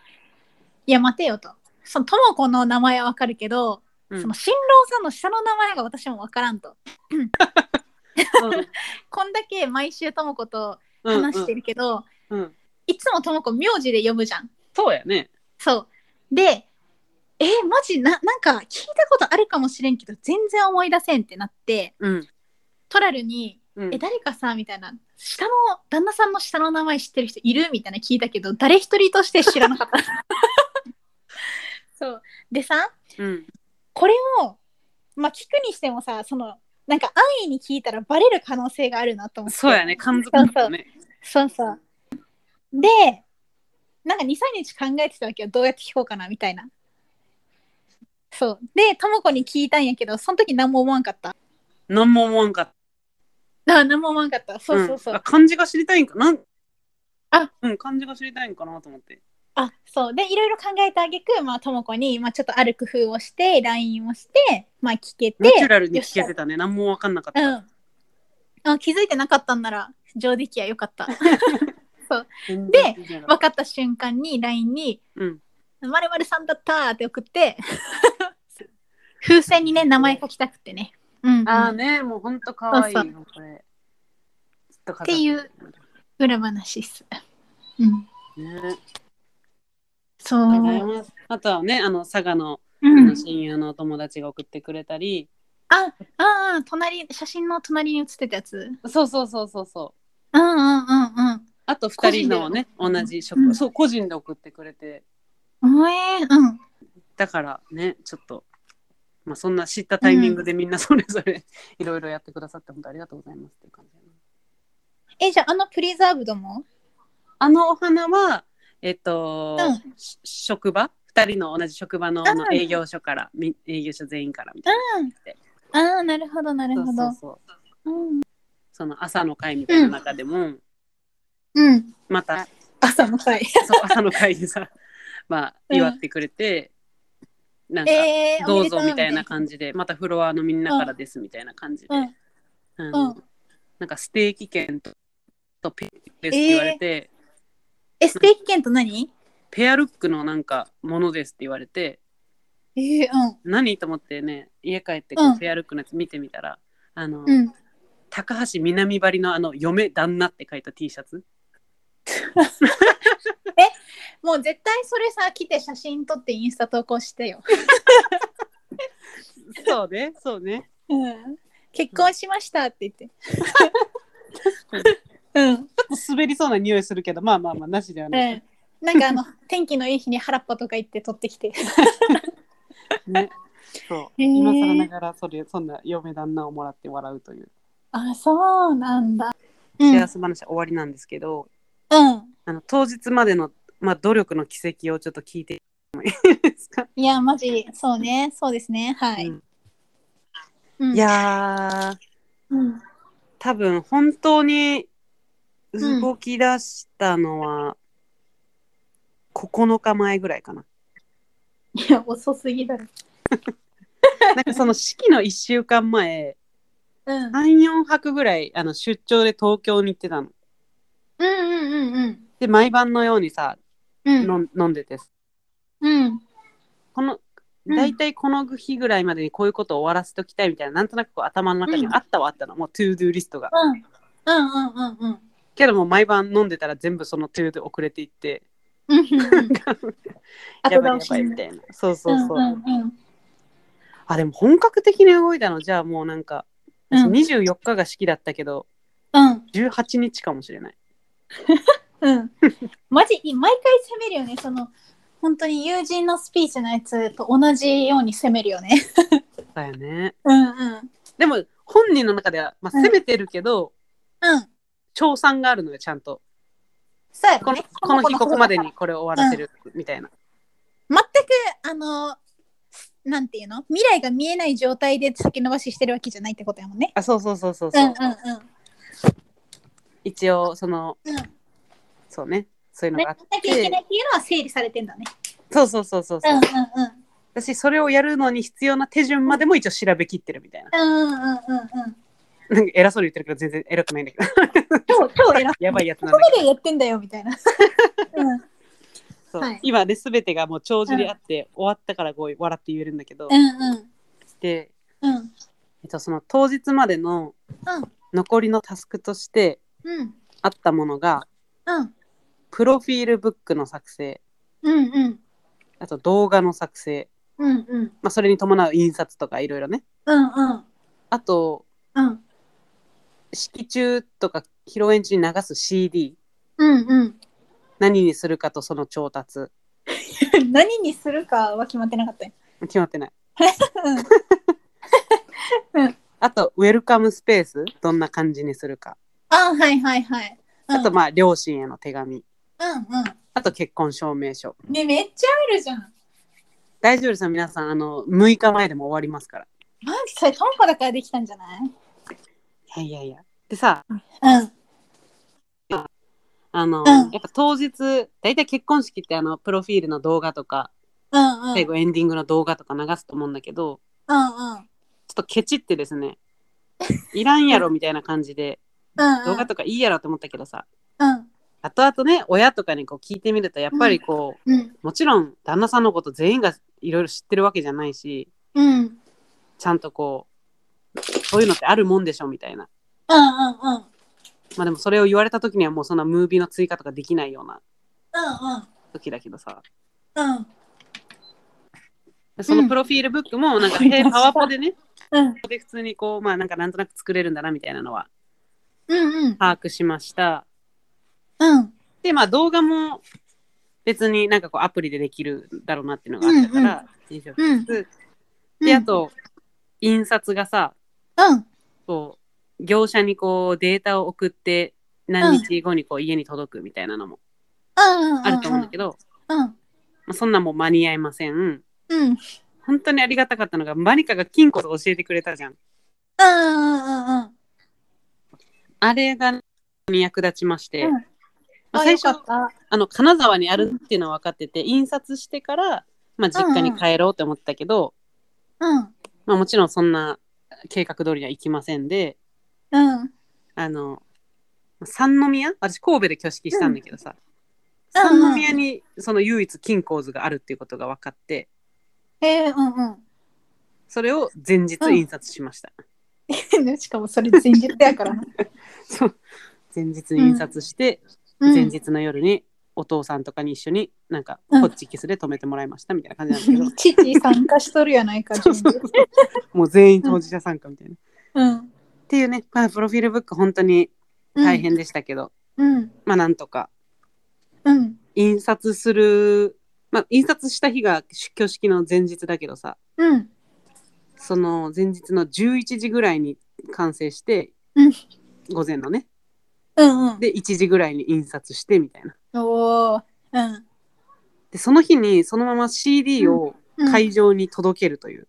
いや待てよとそのとも子の名前はわかるけど、うんその新郎さんの下の名前が私もわからんとこんだけ毎週とも子とうん話してるけど、うんうんいつもとも子名字で呼ぶじゃんそうやねそうでえーマジななんか聞いたことあるかもしれんけど全然思い出せんってなってうんトラルにうんえ誰かさみたいな下の旦那さんの下の名前知ってる人いるみたいな聞いたけど誰一人として知らなかった そうでさうんこれを、まあ、聞くにしてもさそのなんか安易に聞いたらバレる可能性があるなと思ってそうやね感づくんだよねそうそうでなんか23日考えてたわけよどうやって聞こうかなみたいなそうでとも子に聞いたんやけどその時何も思わんかった何も思わんかったあ何も思わんかったそうそうそう、んあ漢字が知りたいんかなんあうん漢字が知りたいんかなと思ってあそうでいろいろ考えたあげくまあとも子に、まあ、ちょっとある工夫をして LINE をして、まあ、聞けナチュて、ラルに聞けてたね何も分かんなかっうた、ん、あ気づいてなかったんなら上出来はよかった 全で然聞いてなか分っかった瞬間に LINE にたうん「まるさんだった」って送って 風船にね名前書きたくてね、うんうん、ああねもう本当可愛いそうのこれずっと飾っていう裏話っす、うん、ねそう、ありがとうございますあとはねあの佐賀のあうんの、親友のお友達が送ってくれたり、あああ隣写真の隣に写ってたやつそうそうそうそうそううんうんうんうんあと2人のね個人同でじ職、うんそう個人で送ってくれておえーうんだからねちょっと、まあ、そんな知ったタイミングでみんなそれぞれ いろいろやってくださって本当ありがとうございますっていう感じだねえじゃああのプリザーブドもあのお花はえっと、うんし職場2人の同じ職場のあのうん営業所から、み営業所全員からみたいああなるほどなるな、ほどそうそうそううんその朝の会みたいな中でも、うんまた朝の会そう朝の会 でさまあうん祝ってくれて、なん か、えー、どうぞみたいな感じじでまたフロアのみんなからですみたいな感じで、うんあのうんなんかステーキ券ととペですって言われて、えステーキ券と何ペアルックのなんかものですって言われてえー、何と思ってね家帰ってこう、うんペアルックのやつ見てみたらあの、うんうん高橋みなみばりのあの嫁旦那って書いた T シャツもう絶対それさ来て写真撮ってインスタ投稿してよ、そうねそうねうん、結婚しましたって言 ってかにうんちょっと滑りそうな匂いするけどまあまあまあなしではうない、んなんかあの天気のいい日に原っぱとか行って取ってきて。ね。そう。へー今更ながらそれそんな嫁旦那をもらって笑うというあそうなんだ。うん。う幸せ話は終わりなんですけど、ん、あの当日までのまあ努力の軌跡をちょっと聞いてもいいですか。いやマジそうねそうですねはい。うんうんいやーうん多分本当にうん動き出したのは9日前ぐら いかな。いや遅すぎだろ。なんかその式の1週間前うん。 34泊ぐらいあの出張で東京に行ってたの。うんうんうんうん。で毎晩のようにさ、うんの飲んでてうんこのうん大体この日ぐらいまでにこういうことを終わらせときたいみたいななんとなくこう頭の中にうんあったはあったの、もうトゥードゥーリストが。うんうんうんうんけどもう毎晩飲んでたら全部そのトゥードゥー遅れていってうん うん。や後ばい倒やばしいにみたいな。そうそうそうんうう。んうんあでも本格的に動いたのじゃあもうなんか、うん24日が式だったけどうん18日かもしれない。うん。マジ、毎回攻めるよね。その、本当に友人のスピーチのやつと同じように攻めるよね。だよね。うんうん。でも本人の中では、まあ、うん攻めてるけど、うん。賞賛があるのよちゃんとそうやこのね。この日ここまで全にこれを終わらせるみたいな。く、あの、なんていうの未来が見えない状態で先延ばししてるわけじゃないってことやもんね。あそうそうそうそううそんう。うんうん。一応そのうん、そうねそういうのやがあらっなきゃいけないてっていうのは整理されてんだね。そうそうそうそううそんううんうん。私それをやるのに必要な手順までも一応調べきってるみたいなうんうんうんうん。なんか偉そうに言ってるけど全然偉くないんだけど超、超偉い。やばいやつこなんこだまけどでやってんだよ、み たいな。うんそう、はい今で全てがもう帳尻あって、終わったからこう笑って言えるんだけど、うんうん。で、うんえっと、その当日までのうん残りのタスクとしてうんあったものがうんプロフィールブックの作成うんうんあと動画の作成、うんうんまあ、それに伴う印刷とかいろいろねうんうんあとうん式中とか披露宴中に流す CD うん何にするかとその調達うん。 何にするかは決まってなかったよ。決まってないうんあとウェルカムスペースどんな感じにするかあはいはいはい。うん、あとまあ両親への手う紙んうあと結婚証明書ん。ねめっちゃあるじゃん。大丈夫ですよ皆さんあの6日前でも終わりますからマジそれトンボだからできたんじゃないいやいやいやでさうんあの、んやっぱ当日大体結婚式ってあのプロフィールの動画とかうんうん。最後エンディングの動画とか流すと思うんだけどうんうん。ちょっとケチってで すねいらんやろみたいな感じでうんうん。動画とかいいやろと思ったけどさうん後々ね親とかにこう聞いてみるとやっぱりこう、うんもちろん旦那さんのこと全員がいろいろ知ってるわけじゃないしうんうんちゃんとこうそういうのってあるもんでしょみたいなうんうんまあでもそれを言われた時にはもうそんなムービーの追加とかできないようなうん時だけどさうんでそのプロフィールブックもなんか、へーパワポでねうんで普通にこうまあなんかなんとなく作れるんだなみたいなのはうん把握しましたうんでまあ動画も別になんかこうアプリでできるだろうなっていうのがあったから、印象うんですであと印刷がさうんこう業者にこうデータを送って何日後にこう家に届くみたいなのもうんあると思うんだけど、うんまあ、そんなんもう間に合いませんうんうん本当にありがたかったのがマリカが金庫と教えてくれたじゃんうんうんあれがね役立ちまして、うんまあ、最初あよかったあの金沢にあるっていうのは分かってて印刷してから、まあ、実家に帰ろうと思ったけど、うんまあ、もちろんそんな計画通りにはいきませんでうんあの三宮私神戸で挙式したんだけどうさ、んうん三宮にその唯一金庫図があるっていうことが分かってへえうんうんそれを前日印刷しました、 ねしかもそれ前日やからな。そう前日に印刷して、うん前日の夜にお父さんとかに一緒になんかうんホッチキスで止めてもらいましたみたいな感じなんだけど、父参加しとるやないか。 そうそ うそうもう全員当事者参加みたいな、っうん。ていうね、まあ、プロフィールブック本当に大。変でしたけど、うん。まあなんとかうん。印刷する、まあ、印刷した日が出挙式の前日だけどさうん。その前日の11時ぐらいに完成して、うん午前のねうんうん。で1時ぐらいに印刷してみたいなおお。うん。でその日にそのまま CD をうん会場に届けるという,、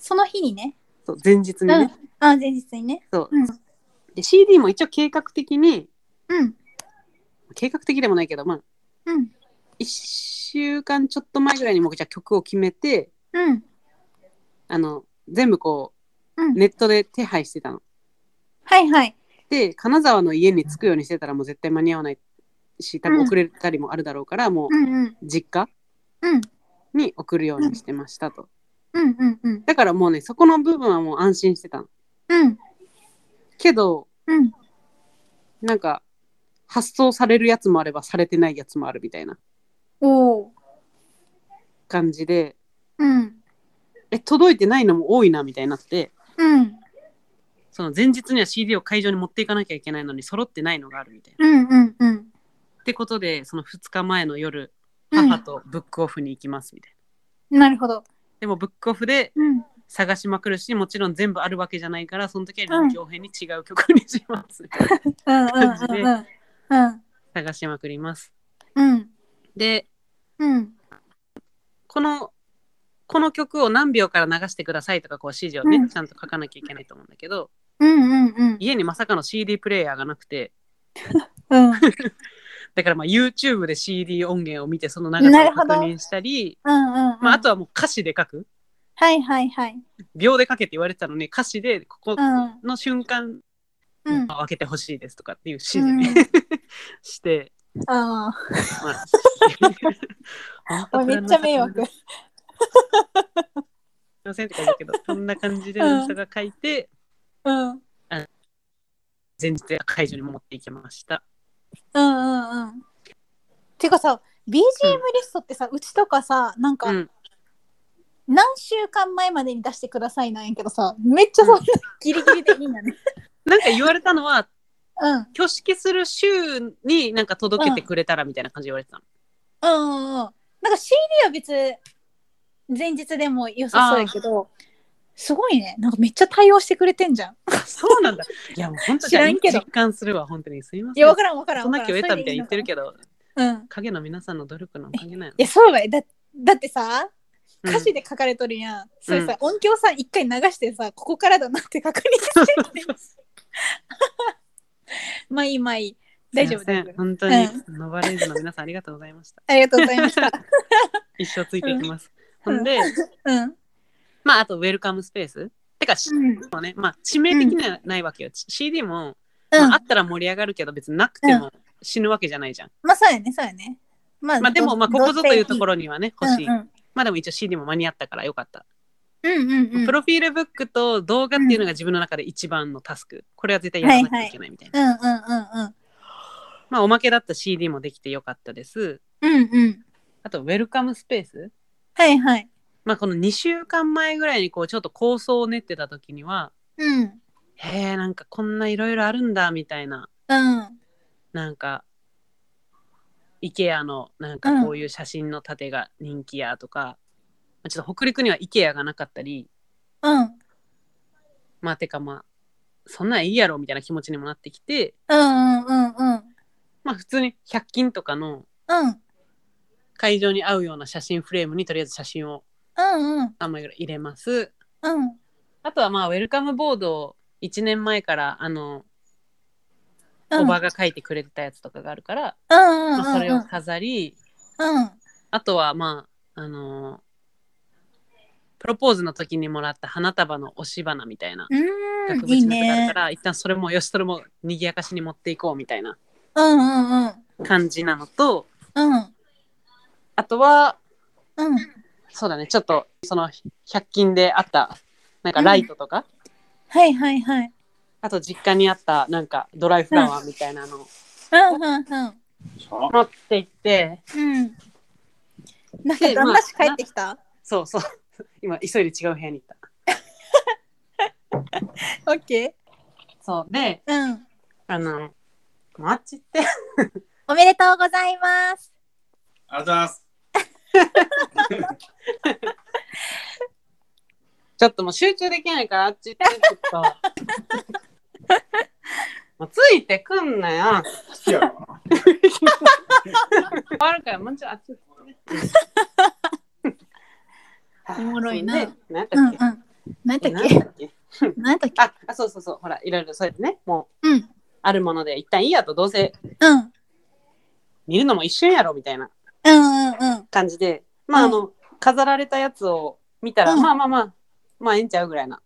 その日にね。そう前日にうん。あね、、前日にね。そううんで CD も一応計画的にうん。計画的でもないけどまあうん。 1週間ちょっと前ぐらいにもうじゃあ曲を決めてうん。あの全部こうん。うネットで手配してたの。はいはい。で金沢の家に着くようにしてたらもう絶対間に合わないし多う分ん遅れたりもあるだろうから、もうんうん。う実家うん。に送るようにしてましたと、うんうんうん。だからもうねそこの部分はもう安心してたのうん。けどうん。なんか発送されるやつもあればされてないやつもあるみたいなおお。感じでうん。え届いてないのも多いなみたいになってうん。その前日には CD を会場に持っていかなきゃいけないのに揃ってないのがあるみたいな。うんうんうん。ってことでその2日前の夜うん母とブックオフに行きますみたいな。なるほど。でもブックオフでうん。探しまくるしもちろん全部あるわけじゃないからその時は臨機応変に違う曲にします、うんうん感じでうんうん。探しまくりますうん。でうん。このこの曲を何秒から流してくださいとかこう指示をね、うんちゃんと書かなきゃいけないと思うんだけどうんうんうん。家にまさかの CD プレイヤーがなくてうん。だからまあ YouTube で CD 音源を見てその長さを確認したり、うんうんうん。まあ、あとはもう歌詞で書くはいはいはい。秒で書けって言われてたのに歌詞でここうんの瞬間うん。開けてほしいですとかっていう指示、うん、してあま ああ、めっちゃ迷惑すい。ませんとか言うけど、そんな感じでうん文章が書いて、うん。うん前日は会場に持っていきました。うんうん。てかさ、BGM リストってさ、うちとかさ、なんかうん、何週間前までに出してくださいなんやけどさ、めっちゃそんなギリギリでいいんだね。 なんか言われたのは、うん。うん挙式する週になんか届けてくれたらみたいな感じで言われてたの。うんうん。なんか CD は別、前日でも良さそうやけど、すごいね。なんかめっちゃ対応してくれてんじゃん。そうなんだ。 いや、もう本当知らんけど実感するわ、本当に。すいまいせん。や、わからんわからんそんわなからん。気を得たみたいに言ってるけど、ど。うん。影の皆さんの努力のおかげなんいやや、そうだよ。だだってさ、うん歌詞で書かれとるやん。それさ、音響さん一回流してさ、ここからだなって確認そうしてそるうのにそうまあいいまあいい。大丈夫すいま大丈せん夫。本当に、ノバレーズの皆さんありがとうございました。ありがとうございました。一生ついていきます。うんほんで、うん。まあ、あとウェルカムスペース。てか、しうん。もね、まあ、致命的にはないわけよ。ち CD も、まあ、あったら盛り上がるけど、別になくても死ぬわけじゃないじゃん。まあそうやね、そうやね。まあ、まあ、でも、まあ、ここぞというとろころにはね、欲しい。うんまあ、でも一応 CD も間に合ったからよかった。うんうんうん。プロフィールブックと動画っていうのが自分の中で一番のタスク。これは絶対やらなきゃいけないみたいな。うんうんうんまあ、おまけだった CD もできてよかったです。うん。うんうん。あと、ウェルカムスペース。はいはい。まあ、この2週間前ぐらいに、こう、ちょっと構想を練ってた時には、うん。へえ、なんかこんないろいろあるんだ、みたいな。うん。なんか IKEA のなんかこういう写真の盾が人気やとか、まあちょっと北陸には IKEA がなかったりうん。まあてかまあそんなんいいやろみたいな気持ちにもなってきてうんうんうんうん。まあ普通に100均とかのうん。会場に合うような写真フレームにとりあえず写真をうんうん。あ枚ぐらい入れますうん。あとはまあウェルカムボードを1年前からあの、おばが書いてくれてたやつとかがあるから、うんうんまあ、それうをん。飾り、うん。あとはまああのープロポーズの時にもらった花束の押し花みたいなう額ん。いい縁のがあるねか。ら、一旦それもよしそれも賑やかしに持っていこうみたいなうんうんうん。感じなのとうん。あとはうん。そうだねちょっとその100均であったなんかライトとか、はいはいはい。あと実家にあったなんかドライフラワーみたいなのをうんうんうん。持って行って、うん。なんか、でだんだし帰ってきた。そうそう今急いで違う部屋に行った。オッケそうでー。うん。あのマッチっておめでとうございます。ありがとうございます。ちょっともう集中できないから、あっち行って、ちょっと。 もうついてくんなよ。好きやろな。変わるから、もうちろんあっち行 って。 おもろいなで。なんうんうだっん。なんけだっなんけだっけなんだっけああ、そうそうそう。ほら、いろいろそうやってね、もう、うんあるもので、一旦いいやと、どうせうん。見るのも一瞬やろ、みたいなうんうんうん。感じで、まあ、あうんの、飾られたやつを見たら、うんまあまあまあ、まあ、ええんちゃうぐらいな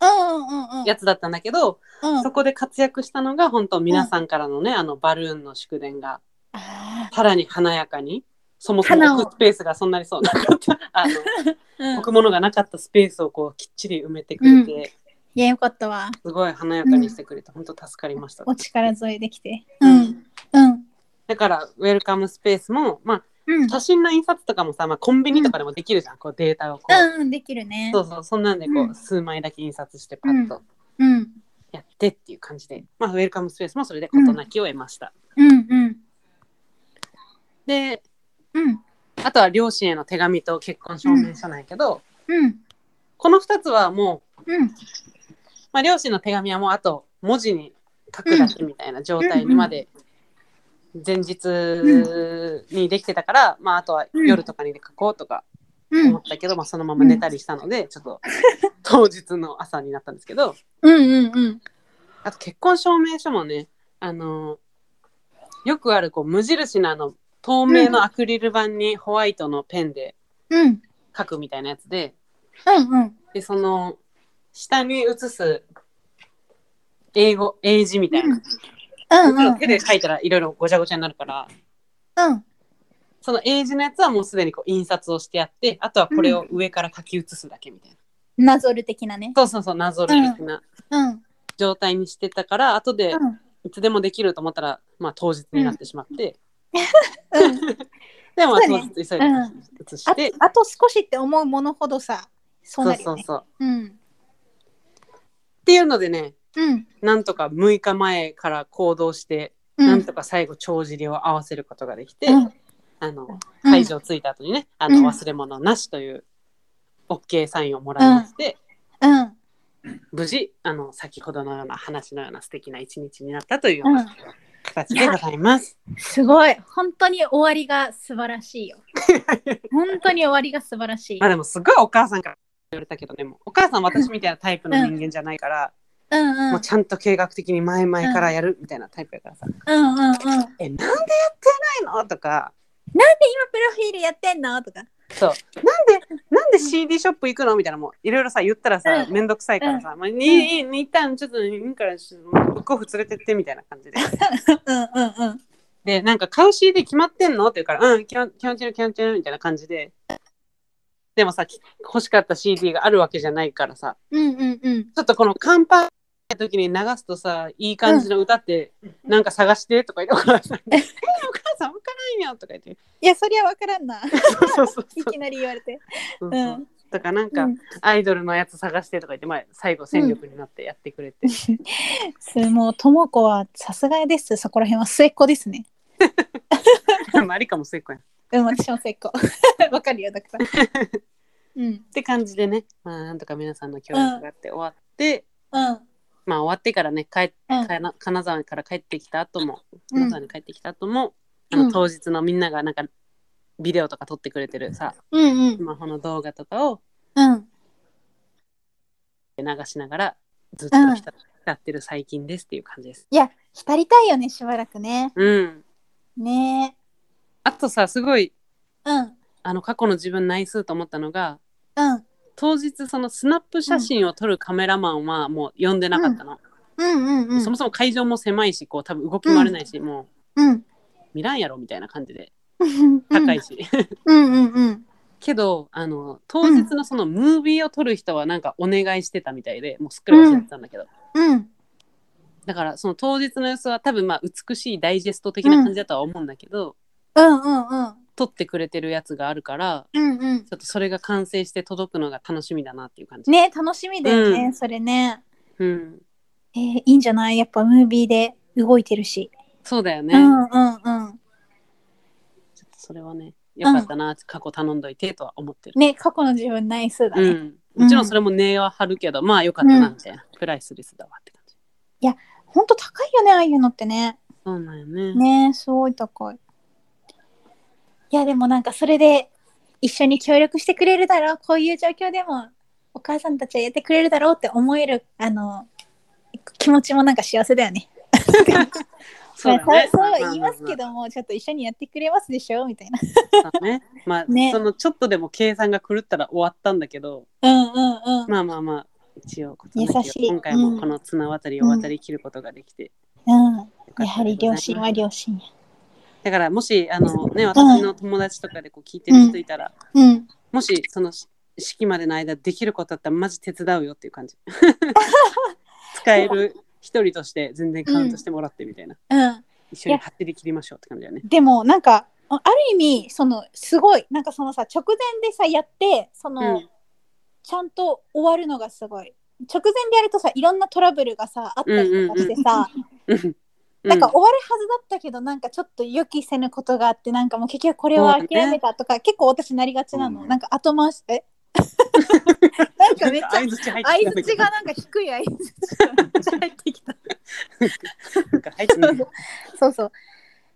うんうんうんうん。やつだったんだけど、うん。そこで活躍したのが本当皆さんからのね、あのバルーンの祝電があさらに華やかにそもそも花を置くスペースがそんなにそうなかった あのーうん置くものがなかったスペースをこうきっちり埋めてくれて、ういや、よかったわ。すごい華やかにしてくれて、本当助かりました、お力添えできて。うん。うん。だからウェルカムスペースも、まうんあ、写真の印刷とかもさ、まあ、コンビニとかでもできるじゃん、こうデータをこう、うんうん、できるね。そうそうそんなんでこう、うん数枚だけ印刷してパッとうん。やってっていう感じで、まあ、ウェルカムスペースもそれで事なきを得ました、うんうん。でうん。あとは両親への手紙と結婚証明書なんやけど、うん。この2つはもう、うん。まあ、両親の手紙はもうあと文字に書くだけみたいな状態にまで前日にできてたから、まあ、あとは夜とかにで書こうとかうん。思ったけど、まあ、そのまま寝たりしたのでちょ っと当日の朝になったんですけどうん。うん。あと結婚証明書もねあのよくあるこう無印のあの透明のアクリル板にホワイトのペンでうん。書くみたいなやつで。うん。うん。でその下に写す英語英字みたいな、うん。もちろん手で書いたらいろいろごちゃごちゃになるからうん。その英字のやつはもうすでにこう印刷をしてあってあとはこれを上から書き写すだけみたいな、ナゾル的なね。そうそうそうなぞる的なうん。状態にしてたから、後でうん。いつでもできると思ったら、まあ、当日になってしまって、うん。でもまそうあ当ね日急いでうん写しあて、あと少しって思うものほどさ、そうそなうるそようね。そううん。っていうのでねうん。なんとか6日前から行動して、うなんんと。か最後帳尻を合わせることができて、うんあのうん会場着いた後にね、あうのん忘れ物なしという OK サインをもらいまして、うん。無事あの先ほどのような話のような素敵な一日になったというよううんな形でございます。すごい。本当に終わりが素晴らしい よ。本当に終わりが素晴らしいまあ。でもすごいお母さんから言われたけどねもうお母さん私みたいなタイプの人間じゃないから、うんうん。もうちゃんと計画的に前々からやるみたいなタイプやからさ「うんうんうん。今プロえなんでやってないの?」とかフィールやってんのとか。そうなんでなんで CD ショップ行くのみたいなもういろいろさ言ったらさうん面倒くさいからさ、まあ、にに一旦ちょっといいからちょっとブックオフ連れてってみたいな感じでうんうんうん。でなんか買う CD 決まってんのって言うから「うんキャンキャンチェルキャンチェル」みたいな感じででもさき欲しかった CD があるわけじゃないからさうんうんうん。ちょっとこの乾杯の時に流すとさいい感じの歌って、なんか探してとか言ってお母さん に「えお母さん分からんよ」とか言っていや、そりゃわから んな。そうそうそういきなり言われて。そうう。そうんとかなんか、うんアイドルのやつ探してとか言って、まあ、最後戦力になってやってくれて、すもう、ともこはさすがです。そこら辺は末っ子ですね。 まあありかも末っ子やんっうん、私も末 っ子。わかるよ、だから。うん。て感じでね、まあ、なんとか皆さんの協力があって終わって、うん。まあ終わってからね帰っうんかな金沢から帰ってきた後もうん金沢に帰ってきた後うも、んあの当日のみんながなんかビデオとか撮ってくれてるさうんうスん。マホの動画とかをうん。流しながらずっと浸ってる最近ですっていう感じです。いや、浸りたいよね、しばらくね。うん、ねあとさすごいえ。うん。あの過去の自分ナイスと思ったのが、うん。当日そのスナップ写真を撮るカメラマンはもう呼んでなかったの、うんうんうん。そもそも会場も狭いしこう多分動き回れないし、もうん。う見らんやろみたいな感じで高高い。し、 うんうんうん。けどあの当日のそのムービーを撮る人はなんかお願いしてたみたいでもうすっかり忘れてたんだけど、うん。だからその当日の様子は多分まあ美しいダイジェスト的な感じだとは思うんだけど、うんうんうん。撮ってくれてるやつがあるからうんうんち。ょっとそれが完成して届くのが楽しみだなっていう感じ、ね楽しみだよね、うんそれね。うん、えーいいんじゃないやっぱムービーで動いてるし。そうだよね、うんうんうん。それはね、よかったな、過去頼んどいてとは思ってる。ね過去の自分ナイスだね、うん。もちろんそれも値は張るけど、まあよかったなみたいな。プライスレスだわって感じ。ほんと高いよねああいうのってねそうなんよね。ねすごい高いいやでもなんかそれで一緒に協力してくれるだろうこういう状況でもお母さんたちはやってくれるだろうって思えるあの気持ちもなんか幸せだよねそうだね。まあそう言いますけどもちょっと一緒にやってくれますでしょみたいなそうだね。まあ、ねそのちょっとでも計算が狂ったら終わったんだけど、うんうんうんまあまあまあ、一応ことなきを優しい今回もこの綱渡りを渡り切ることができて、うんよかったでございますやはり両親は両親やだからもし、あのね、私の友達とかでこう聞いてる人いたら、うんもしそのし式までの間できることだったらマジ手伝うよってい う感じ。使える一人として全然カウントしてもらってみたいな。うん一緒に走り切りましょうって感じだよね。でもなんかあある意味そのすごいなんかそのさ直前でさやってその、うんちゃんと終わるのがすごい直前でやるとさいろんなトラブルがさあったりとかしてさ、うんなんか終わるはずだったけどなんかちょっと予期せぬことがあってなんかもう結局これは諦めたとか、結構私なりがちなの、うんなんか後回しえ なんかめっち ゃ相槌入相ってきた槌がなんか低い相槌がめっちゃ入ってきたなんか入ってないそうそう。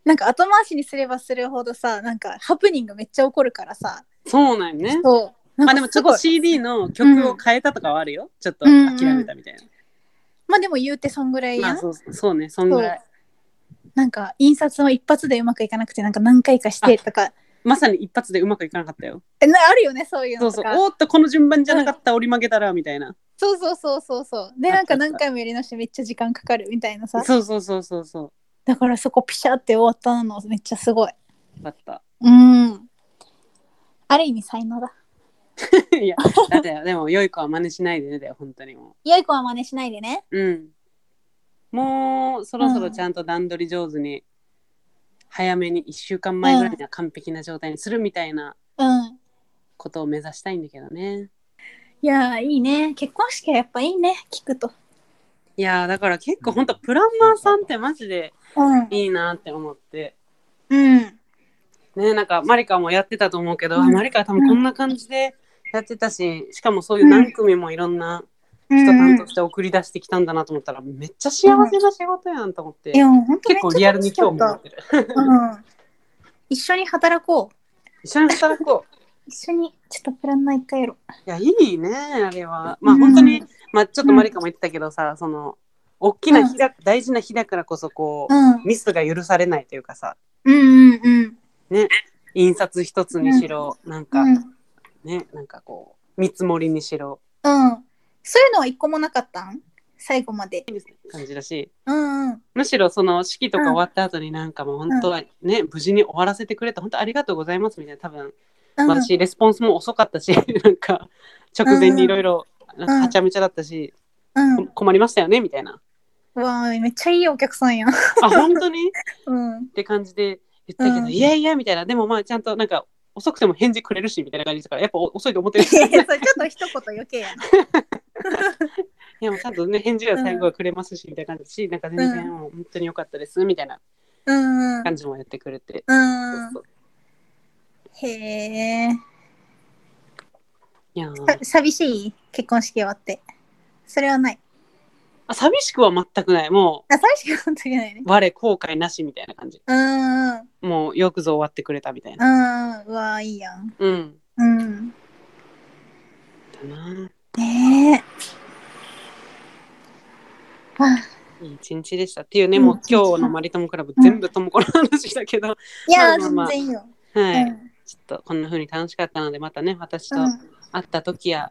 なんか後回しにすればするほどさ、なんかハプニングめっちゃ起こるからさ。そうなんよね。そう。まなあんでかもすちょっごいと CD の曲を変えたとかはあるよ。ちょっと諦めたみたいな。まあでも言うてそんぐらいまやあん。そうそうね、そんぐらい。なんか印刷も一発でうまくいかなくて、なんか何回かしてとか。まさに一発でうまくいかなかったよ。えなあるよね、そういうそのうとそう。か。おーっと、この順番じゃなかった、折り曲げたら、みたいな。そうそうそうそうそう。で、あったなんかあった何回もやり直してめっちゃ時間かかるみたいなさ。そうそうそうそうそう。よだからそこピシャって終わったのめっちゃすごい。かった。うん。ある意味才能だ。 いや、だって、でも、良い子は真似しないでねだよ、本当にも良い子は真似しないでね。う。うん。もう、そろそろちゃんと段取り上手に、早めに1週間前ぐらいには完璧な状態にするみたいなうん。ことを目指したいんだけどね。いやーいいね。結婚式はやっぱいいね。聞くと。いやー、だから結構、本当プランナーさんってマジでうん。いいなって思って。うん。ね、なんかマリカもやってたと思うけど、うんあマリカは多分こんな感じでやってたし、しかもそういう何組もいろんな人担当して送り出してきたんだなと思ったら、めっちゃ幸せな仕事やんと思って、いや、もう本当結構リアルに興味持ってる。うん。一緒に働こう。一緒に働こう。一緒に、ちょっとプランナー一回やろ いや、いいね、あれは。まあうん本当に、まあちょっとマリカも言ってたけどさ、その、大きな日だ、大事な日だからこそこう。うんう、。ミスが許されないというかさ、うんうんうん。印刷一つにしろ、なんうかん。ね、なんかこう、見積もりにしろ、うん。そういうのは一個もなかったん最後まで。感じだし、うんうん。むしろその式とか終わった後になんかもう本当はね、無事に終わらせてくれた本当ありがとうございますみたいな多分、うん、私レスポンスも遅かったしなんか直前にいろいろなんかはちゃめちゃだったし、うん。こ困りましたよねみたいなうわーめっちゃいいお客さんやん。あ本当にっうん。て感じで言ったけど、うんいやいやみたいなでもまあちゃんとなんか遅くても返事くれるしみたいな感じだからやっぱお遅いと思ってるし それちょっいと一言余計やな。やもうちゃんとね返事は最後はくれますしみたいな感じだし、なんか全然もう本当に良かったですみたいなうんうん。感じもやってくれて、うんそうそうへえ。いやーさ寂しい結婚式終わって。それはない。あ寂しくは全くないもうあ、寂しくは本当にないね。我後悔なしみたいな感じうんうん。もうよくぞ終わってくれたみたいうなんうん。うわーいいやん。うんうん。だなねえ。あいい一日でしたっていうね、うんもう今日のマリトモクラブ全部ともこの話だけど、いやー、まあまあまあ全然いいよ。はい、うんちょっとこんな風に楽しかったのでまたね私とうん会った時や、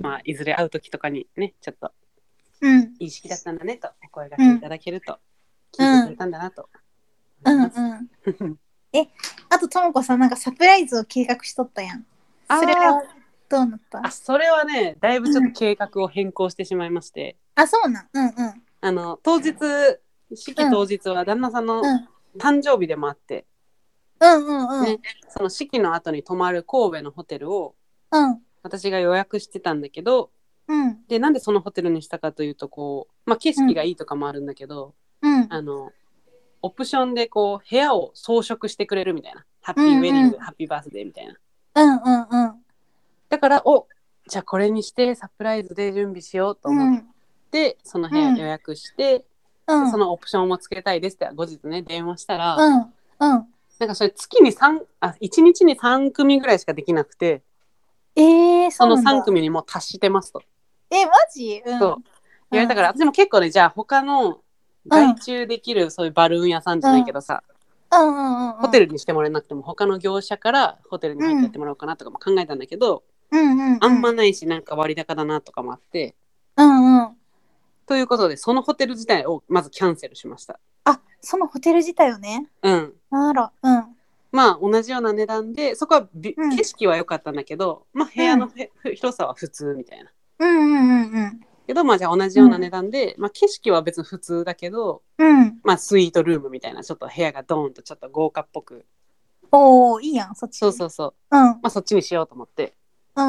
まあいずれ会う時とかにねちょっとうんいい式だったんだねとお声がけいただけると、うん聞いてくれたんだなと、うんうん。あと、ともこさん、なんかサプライズを計画しとったやん。それはどうなったあそれはねだいぶちょっと計画を変更してしまいまして、あ、そうなん。うんうん。あの当日式当日は旦那さんのうん誕生日でもあって、うんうんうんね。その式の後に泊まる神戸のホテルをうん私が予約してたんだけどうんでなんでそのホテルにしたかというとこう、まあ、景色がいいとかもあるんだけど、うんあのオプションでこう部屋を装飾してくれるみたいなハッピーウェディング、ハッピーバースデーみたいなうんうんうんだからおじゃあこれにしてサプライズで準備しようとう思っんて、その部屋予約して、うんそのオプションをつけたいですって後日ね電話したら、うんうんなんかそれ月に三あ1日に3組ぐらいしかできなくてえー、そそうのなんだ3組にもう達してますとえマジうんそう言われたから、私も結構ねじゃあ他の外注できるそういうバルーン屋さんじゃないけどさ、うんうんうんうんホテルにしてもらえなくても他の業者からホテルに入ってやってもらおうかなとかも考えたんだけど、うんうんうんあんまないしなんか割高だなとかもあってうんうんということでそのホテル自体をまずキャンセルしましたあそのホテル自体をねうんあらうんまあ同じような値段でそこはび、うん景色は良かったんだけど、まあ、部屋のへ、広さは普通みたいなうんうんうんけどまあじゃあ同じような値段で、まあ、景色は別に普通だけどうんうんまあスイートルームみたいなちょっと部屋がドーンとちょっと豪華っぽくおおいいやんそっちそうそうそううんうんまあそっちにしようと思ってう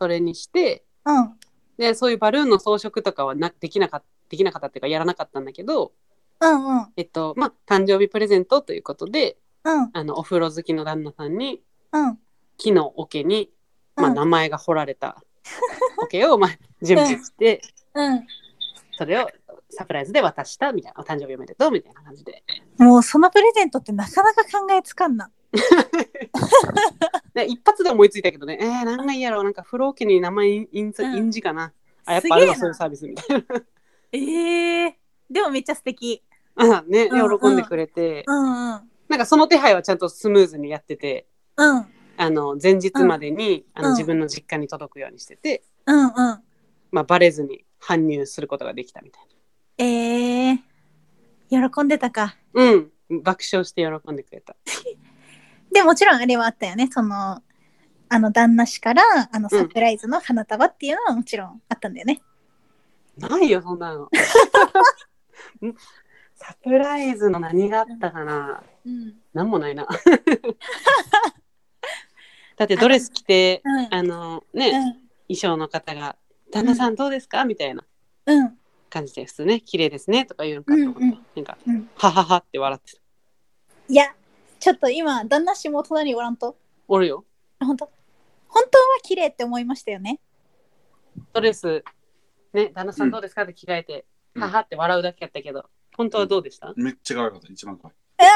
それにしてんでそういうバルーンの装飾とかはなできなかったできなかったっていうかやらなかったんだけど、うんうんえっとまあ、誕生日プレゼントということでうんあのお風呂好きの旦那さんにうん木の桶に、まあ、うん名前が彫られた桶を、まあ、準備して、うんそれをサプライズで渡したみたいなお誕生日おめでとうみたいな感じでもうそのプレゼントってなかなか考えつかんなで一発で思いついたけどねえー、なんがいいやろうなんか風呂桶に名前印印字うん印字かな、あやっすげぱあれえはなそういうサービスみたいええでもめっちゃ素敵な あねうんうん喜んでくれて、うんうんなんかその手配はちゃんとスムーズにやってて。うんあの前日までに、あのうん自分の実家に届くようにしてて、うんうんまあ、バレずに搬入することができたみたいええ喜んでたかなうん爆笑して喜んでくれたでもちろんあれはあったよねそのあの旦那氏からあのサプライズの花束っていうのはもちろんあったんだよね、ないよそんなの んサプライズの何があったかなうん、何もな いなだってドレス着てうんあのね、衣装の方が「旦那さんどうですか?」みたいなうんうん感じで普通ね「綺麗ですね」とか言うのかと思った、うんうんなんかうん「ははは」って笑ってたいやちょっと今旦那氏も隣におらんとおるよ本当本当は綺麗って思いましたよねドレス、ね、旦那さうんんどうですかって着替えて、うんははって笑うだけやったけど、本当はどうでした、めっちゃ可愛かった、一番可愛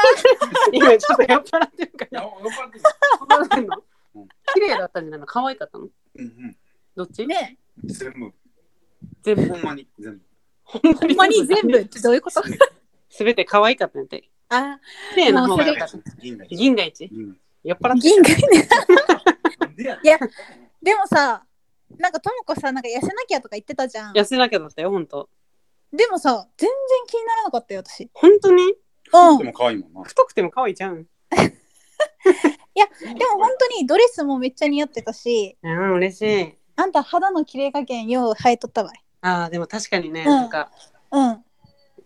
い。今ちょっと酔っ払ってるか いら。や、よかったで酔っ払ってんのうん綺麗だったんじゃないの可愛かったのす。うんどっちねうん。全部。全部。ほんまに。全部。ほほんまに全部ってどういうことすべて可愛かったんやって。あ綺麗な方が良かった。銀河一。銀河一銀酔っ払って 銀河ね河なんでやいやでもさなんかともこさなんか痩せなきゃとか言ってたじゃん痩せなきゃだったよ、本当でもさ全然気にならなかったよ私本当にうんでも可愛いもんな。太くても可愛いじゃん。でも本当にドレスもめっちゃ似合ってたしうん、嬉しい。あんた肌の綺麗加減よう生えとったわいああ、でも確かにね、うんなんかうん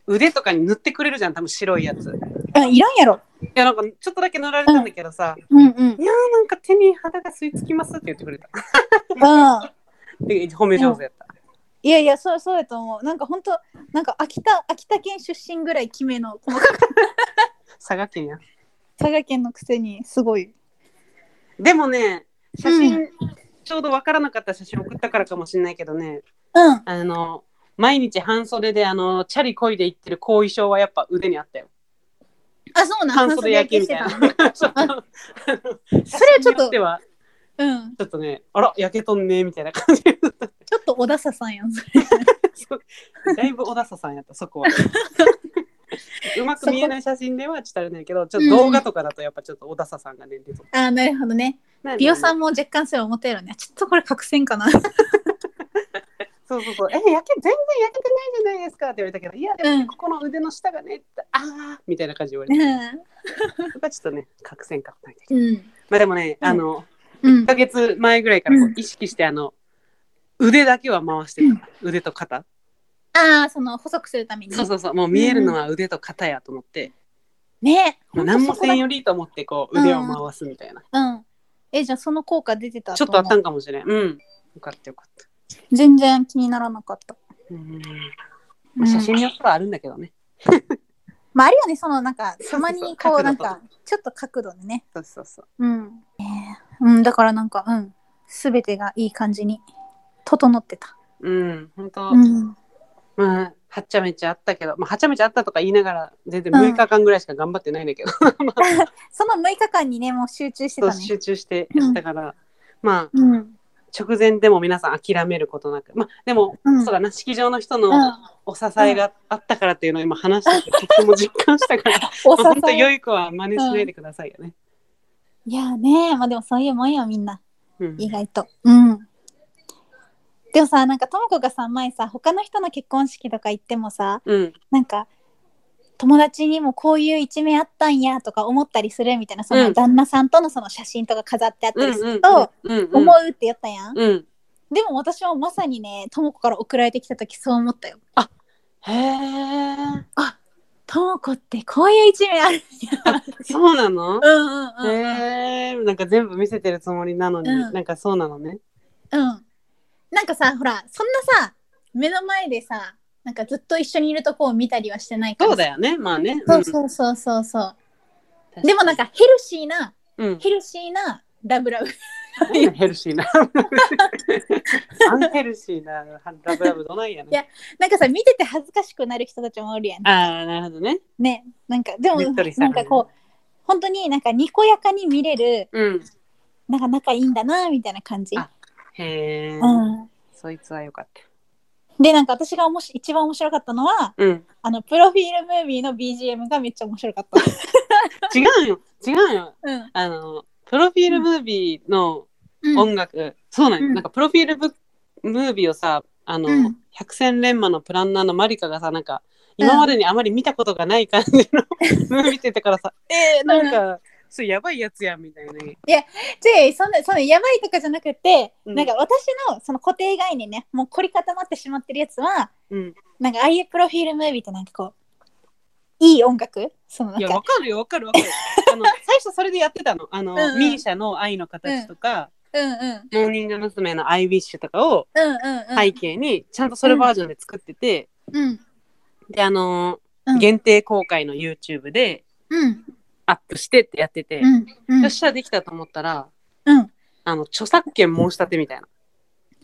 腕とかに塗ってくれるじゃん、多分白いやつ。いあいらんやろや、なんかちょっとだけ塗られたんだけどさ、うんうんいやーなんか手に肌が吸い付きますって言ってくれた。あで褒め上手やった。いやいやそうそうやと思うなんか本当なんか秋田秋田県出身ぐらいキメの細かく佐賀県や。佐賀県のくせにすごいでもね、写真、うちょうどわからなかった写真送ったからかもしれないけどね、うんあの、毎日半袖であのチャリこいで行ってる後遺症はやっぱ腕にあっ たよ。あそうなん半袖焼けみ半たいな。袖焼け ちょっとあ写れはちょっ真とによてはたうんちょっとね、あら、焼けとんねみたいな感じ。だちょっと小田さんやんそれいぶ小田さんやった、そ こは。うまく見えない写真ではちょっとあれないけど、ちょっと動画とかだとやっぱちょっと小田さんがね、出てあなるほどねる美容さんも若干それ思ったよねちょっとこれ角線かなそうそうそう、え、焼け、全然焼けてないじゃないですかって言われたけど、いや、でもね、うんここの腕の下がね、ああ、みたいな感じで言われて、うやっぱちょっとね、角線かもないけど。んまあ、でもね、うんあの、うん一ヶ月前ぐらいからこううん意識して、あの。腕だけは回してた、腕と肩。ああその細くするためにそうそうそう、もう見えるのは腕と肩やと思って、ねもう何もせんよよりと思って、こう腕を回すみたいな。うんえじゃあその効果出てたちょっとあった思うんかもしれん。うん、よかったよかった。全然気にならなかったうんまあ、写真によってはあるんだけどね。まああるよねそのなんかたまにこ角う度なんかちょっと角度でねそうそうそうう。ん、うん、だからなんかうん全てがいい感じに整ってた、うん、本当、うん、まあ、はっちゃめちゃあったけど、まあ、はっちゃめちゃあったとか言いながら、全然うん6日間ぐらいしか頑張ってないんだけど、その6日間にねもう集中してそうたね集中してやったから、まあ、うん直前でも皆さん諦めることなく、まあ、でも、うんそうだな、式場の人うのん、お支えがあったからっていうのを今話したけど、 とても実感したから、まあお本当、誘い良い子は真似しないでくださいよね。いやねまあでもそういうもんよみんなうん意外とうんでもさなんかともこがさ前さ他の人の結婚式とか行ってもさうん、なんか友達にもこういう一面あったんやとか思ったりするみたいなそうのん旦那さんとのその写真とか飾ってあったりするとうんうん思うって言ったやん、うんうんでも私はまさにねともこから送られてきた時そう思ったよへえともこってこういう一面あるんやそうな のうんうんうんうん、へえなんか全部見せてるつもりなのに、うんなんかそうなのねうんなんかさほらそんなさ目の前でさなんかずっと一緒にいるとこを見たりはしてないからそさうだよねまあねそうそうそうそうそうう。でもなんかヘルシーなうん、ヘルシーなラブラ ブ。 ヘルシーなアンヘルシーなラブラブどないやいやねなんかさ見てて恥ずかしくなる人たちもおるやん。ああなるほどねね。なんかでもねっとりしたなん感かじこう本当になんかにこやかに見れるうんなんか仲いいんだなみたいな感じ。あへえ、うん。そいつはよかったでなんか私がおもし一番面白かったのはうんあのプロフィールムービーの BGM がめっちゃ面白か った。違うよ違うようん。あのプロフィールムービーのうん。音楽、そうなんよ、うんなんかプロフィールブムービーをさあの、うん百戦錬磨のプランナーのマリカがさなんか今までにあまり見たことがない感じの ムービーって言ったからさ、えー、なんか、それやばいやつやんみたいなでそんなそのやばいとかじゃなくて、うんなんか私のその固定概念ねもう凝り固まってしまってるやつは。うんなんかああいうプロフィールムービーってなんかこういい音楽そのないんやかわかるよわかるわかるあの 最初それでやってたのあの、うんうんミーシャの「愛の形」とか、うんうんモーニング娘。の「アイウィッシュ」とかをうんうんうん背景にちゃんとそれバージョンで作ってて、うんであのーうん限定公開の YouTube でうんアップしてってやってて、うんうんよっしゃできたと思ったらうんあの著作権申し立てみたいな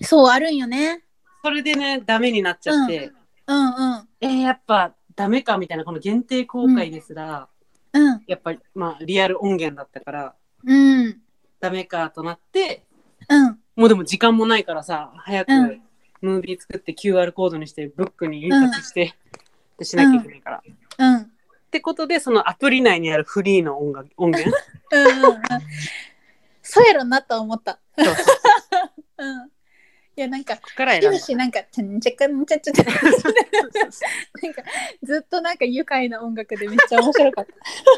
そうあるんよねそれでねダメになっちゃって、うんうんえーやっぱダメかみたいなこの限定公開ですら、うんやっぱりまあリアル音源だったからうんダメかとなってうんもうでも時間もないからさ早くうんムービー作って QR コードにしてブックに印刷して、でしなきゃいけないから。うんってことでそのアプリ内にあるフリーの音楽音源うんうんそうやろなと思ったそうそうそうんいやなんかっから選ん終だ。始なんか「ちゃんちゃかんちゃちゃちゃ」しなんかずっとなんか愉快な音楽でめっちゃ面白か っ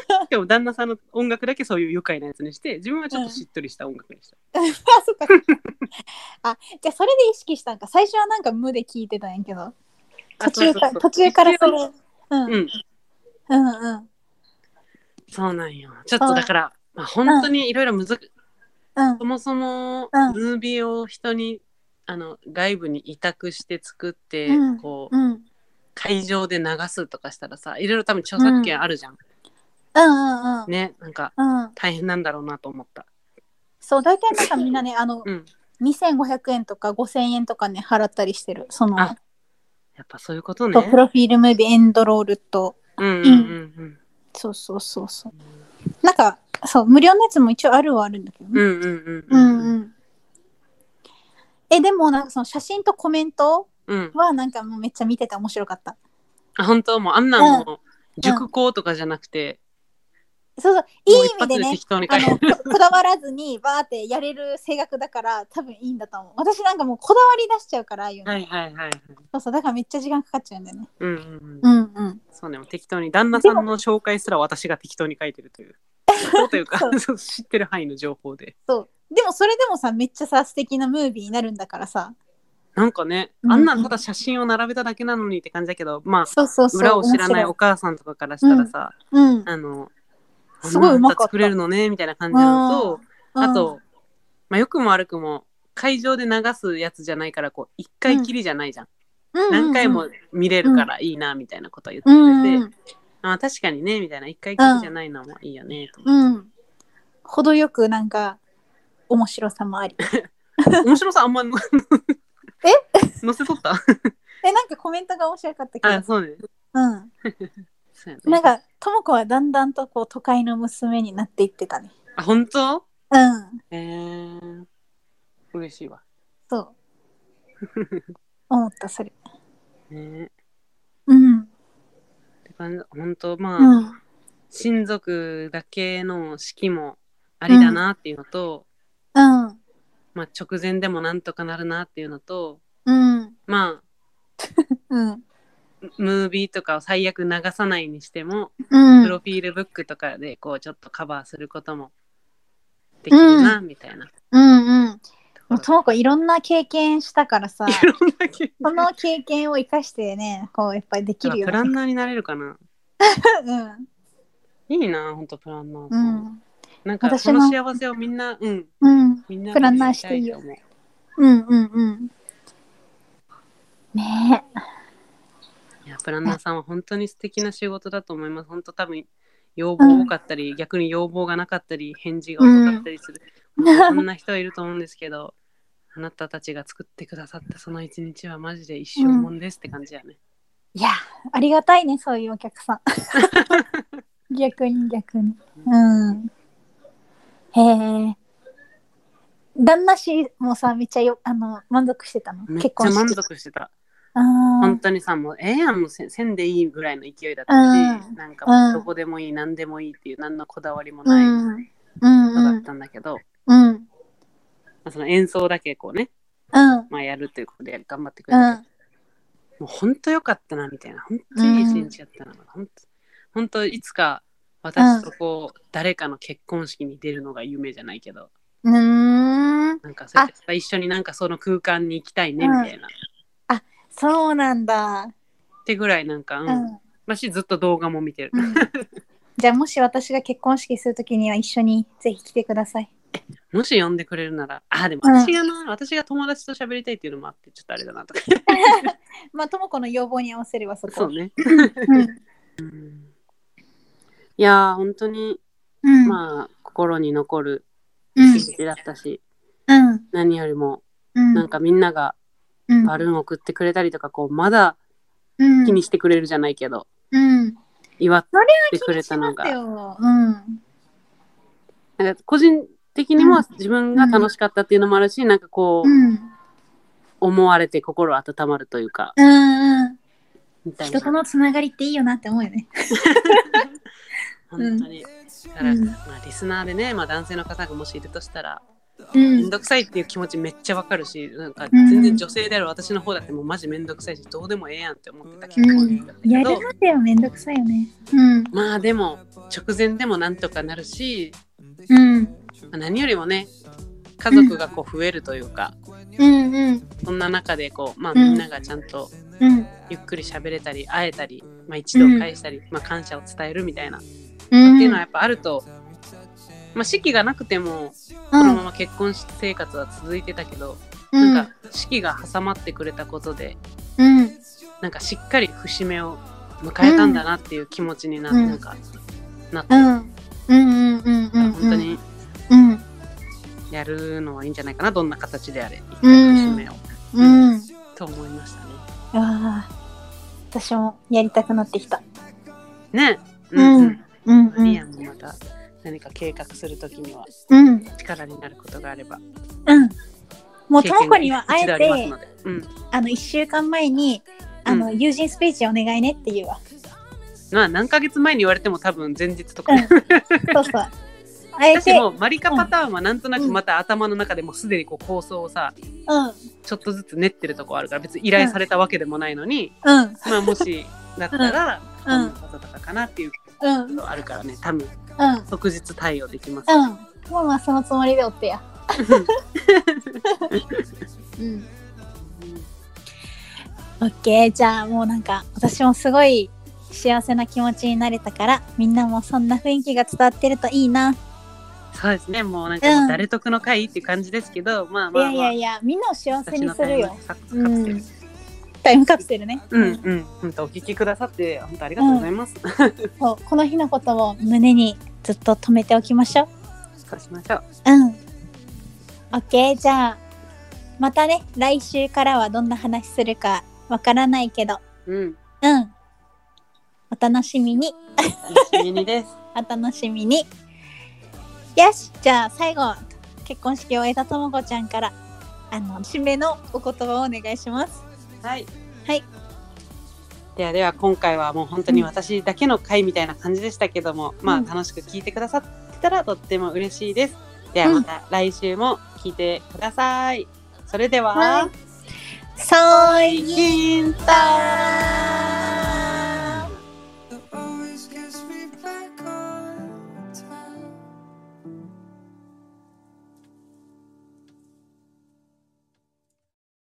たかも旦那さんの音楽だけそういう愉快なやつにして自分はちょっとしっとりした音楽にした。あそっかあじゃあそれで意識したんか最初はなんか無で聞いてたんやけどあ途中かそうそうそう途中からそれ一応うんうん、うんうんそうなんよ。ちょっとだから、まあ、本当にいろいろむずく、うんそもそも、うんムービーを人に、あの、外部に委託して作って、うんこう、うんうん会場で流すとかしたらさ、いろいろ多分著作権あるじゃん。うんうんね、なんかうん大変なんだろうなと思った。そう大体なんかみんなねあの うん。 2500円とか5000円とかね払ったりしてるそのあやっぱそういうことねと。プロフィールムービーエンドロールとうんうんうんそうそうそうそうなんかそう無料のやつも一応あるはあるんだけどうん。うねんうんううんんううん。んえでもなんかその写真とコメントうん。はなんかもうめっちゃ見てて面白かったあ本当もうあんなんもう熟考とかじゃなくて、そうそういいも意う一味発ででね適当に書あいてのこ こだわらずにバーってやれる性格だから多分いいんだと思う私なんかもうこだわり出しちゃうからああいうの、はいはいはいはい。そうそうだからめっちゃ時間かかっちゃうんだよねうんうんうんう。んうんそうね、もう適当に旦那さんの紹介すら私が適当に書いてるという。 そうというかそそう知ってる範囲の情報で。そうでもそれでもさめっちゃさ素敵なムービーになるんだからさなんかね、うんあんなんただ写真を並べただけなのにって感じだけど、まあ、そうそうそう裏を知らないお面母さんとかからしたらさ、白いうんあの、すごいうまかったあんなん歌作れるのねみたいな感じなのと、あうんと、まあ、よくも悪くも、会場で流すやつじゃないから、こう、一回きりじゃないじゃん。うんうんうん何回も見れるからいいなみたいなことは言ってうんくれて、うんあ確かにね、みたいな。一回きりじゃないのもいいよね。と思うん。程よくなんか、面白さもあり。って面白さあんま、え載せとった え、なんかコメントが面白かったけあ、ど。そうね。うん。そうやねなんか、ともこはだんだんとこう、都会の娘になっていってたね。あ、本当うん。えー、嬉しいわ。 そう。思った、それ。ねうん。うん。って感じ。本当まあ、うん。親族だけの式もありだなっていうのと、うん。まあ直前でもなんとかなるなっていうのと、うん。まうん。あ、ムービーとかを最悪流さないにしても、うんプロフィールブックとかでこうちょっとカバーすることもできるな、みた いな。うん。うん。もうとともこいろんな経験したからさ、ころいろんな経験その経験を生かしてね、こう、やっぱりできるあよプラね。ンナーになれるかな。うん。いいな、本当プランナーうさん。ん。なんか私こもの幸せをみんな、うん、うん。みんなプランナーしていいよ思ううんうんうん。ねえ。いや、プランナーさんは本当に素敵な仕事だと思います。本当多分、要望多かったり、逆に要望がなかったり、返事が遅かったりする。うんこんな人いると思うんですけど、あなたたちが作ってくださったその一日はマジで一生もんですって感じやね。いや、ありがたいね、そういうお客 さん。逆に逆に。うん。へえ。旦那氏もさ、めっちゃよあの満足してたのめっち結ゃ婚満式。足してた。あ本ー当にさ、もうええやん、もうせせんでいいぐらいの勢いだったし、うんなんかもううんどこでもいい、何でもいいっていう、何のこだわりもうないん。のうんうんだうっんたんだけど、うんまあその演奏だけこうね、うんまあ、やるということで頑張ってくれうたけどんもう本当良かったなみたいな本当にいい一日やったな、本当本当いつか私とこう、誰かの結婚式に出るのが夢じゃないけどうーん。なんかそうやって一緒になんかその空間に行きたいねうみんたいな、そうなんだ。ってぐらいなんか、ううんん。私ずっと動画も見てる、うんじゃあもし私が結婚式するときには一緒にぜひ来てください。もし呼んでくれるならあでもうん私がな、私が友達と喋りたいっていうのもあってちょっとあれだなとかまあ、ともこの要望に合わせればそこ。そうねうんいやー本当に、うんまあ心に残るうん一日だったし、うん何よりもうんなんかみんながうんバルーン送ってくれたりとかこうまだ気にしてくれるじゃないけど、うん祝っそれてくれたの気にがしますようんなんか個人的にもうん自分が楽しかったっていうのもあるし、なんかこう、うん思われて心温まるというかうんうんみたい人なとのつながりっていいよなって思うよね。本当に、だから、うんまあ、リスナーでね、まあ、男性の方がもしいるとしたらう面ん倒くさいっていう気持ちめっちゃわかるしなんかうん全然女性である私の方だってもうマジ面倒くさいしどうでもええやんって思ってた結う婚んだったやけるど、まではめんどくさいよね。うんまあでも直前でもなんとかなるしうんまあ何よりもね家族がこう増えるというか、うんうんそんな中でこう、まあ、うんみんながちゃんとうんゆっくり喋れたり会えたり、まあ、一度返したり、まあ、感謝を伝えるみたいな、ってうんいうのはやっぱあると、まあ、式がなくてもうこのまんま結婚生活は続いてたけど、うんなんか式が挟まってくれたことでうんなんかしっかり節目を迎えたんだなっていう気持ちにな,、うんなんかなって、うんうんうんうん本当にうんやるのはいいんじゃないかなどんな形であれ、うん節目をうんと思いましたね。あー私もやりたくなってきた。ね、うんうんうマリアんもまた何か計画するときにはうん力になることがあれば、うんもう経と験がもこにはあえ一度りますてのでうん、あの1週間前にあの、う友人スピーチお願いねって言うわ。まあ何ヶ月前に言われても多分前日とか、うんそうそう。あえ私て、もマリカパターンはなんとなくまた頭の中でもうすでにこう構想をさうん、ちょっとずつ練ってるとこあるから別に依頼されたわけでもないのに、うん、まあもしだったら、うんこんなこととかかなっていううん、うこん、とあるからね多分うん。即日対応できます、もうまあそのつもりでおってや。うん。オッケー。じゃあもうなんか私もすごい幸せな気持ちになれたから、みんなもそんな雰囲気が伝わってるといいな。そうですねもうなんかもう誰得の会っていう感じですけど、まあいまやあまあいやいや、みんなを幸せ私にのするよ。タイムカプセうルん。タイムカプセルね。うんうん、本当お聞きくださって、本当ありがとうございます。そうこの日のことを胸にずっと止めておきましょう。 そうしましょう。うん。オッケーじゃあまたね来週からはどんな話するかわからないけどうん、うん。お楽しみに。楽しみにです。お楽しみに。よし、じゃあ最後、結婚式を終えたともこちゃんから、あの、締めのお言葉をお願いします。はい。はい。ではでは今回はもう本当に私だけの回みたいな感じでしたけども、まあうん楽しく聞いてくださってたらとっても嬉しいです。ではまた来週も聞いてください。それでは、はいそう銀太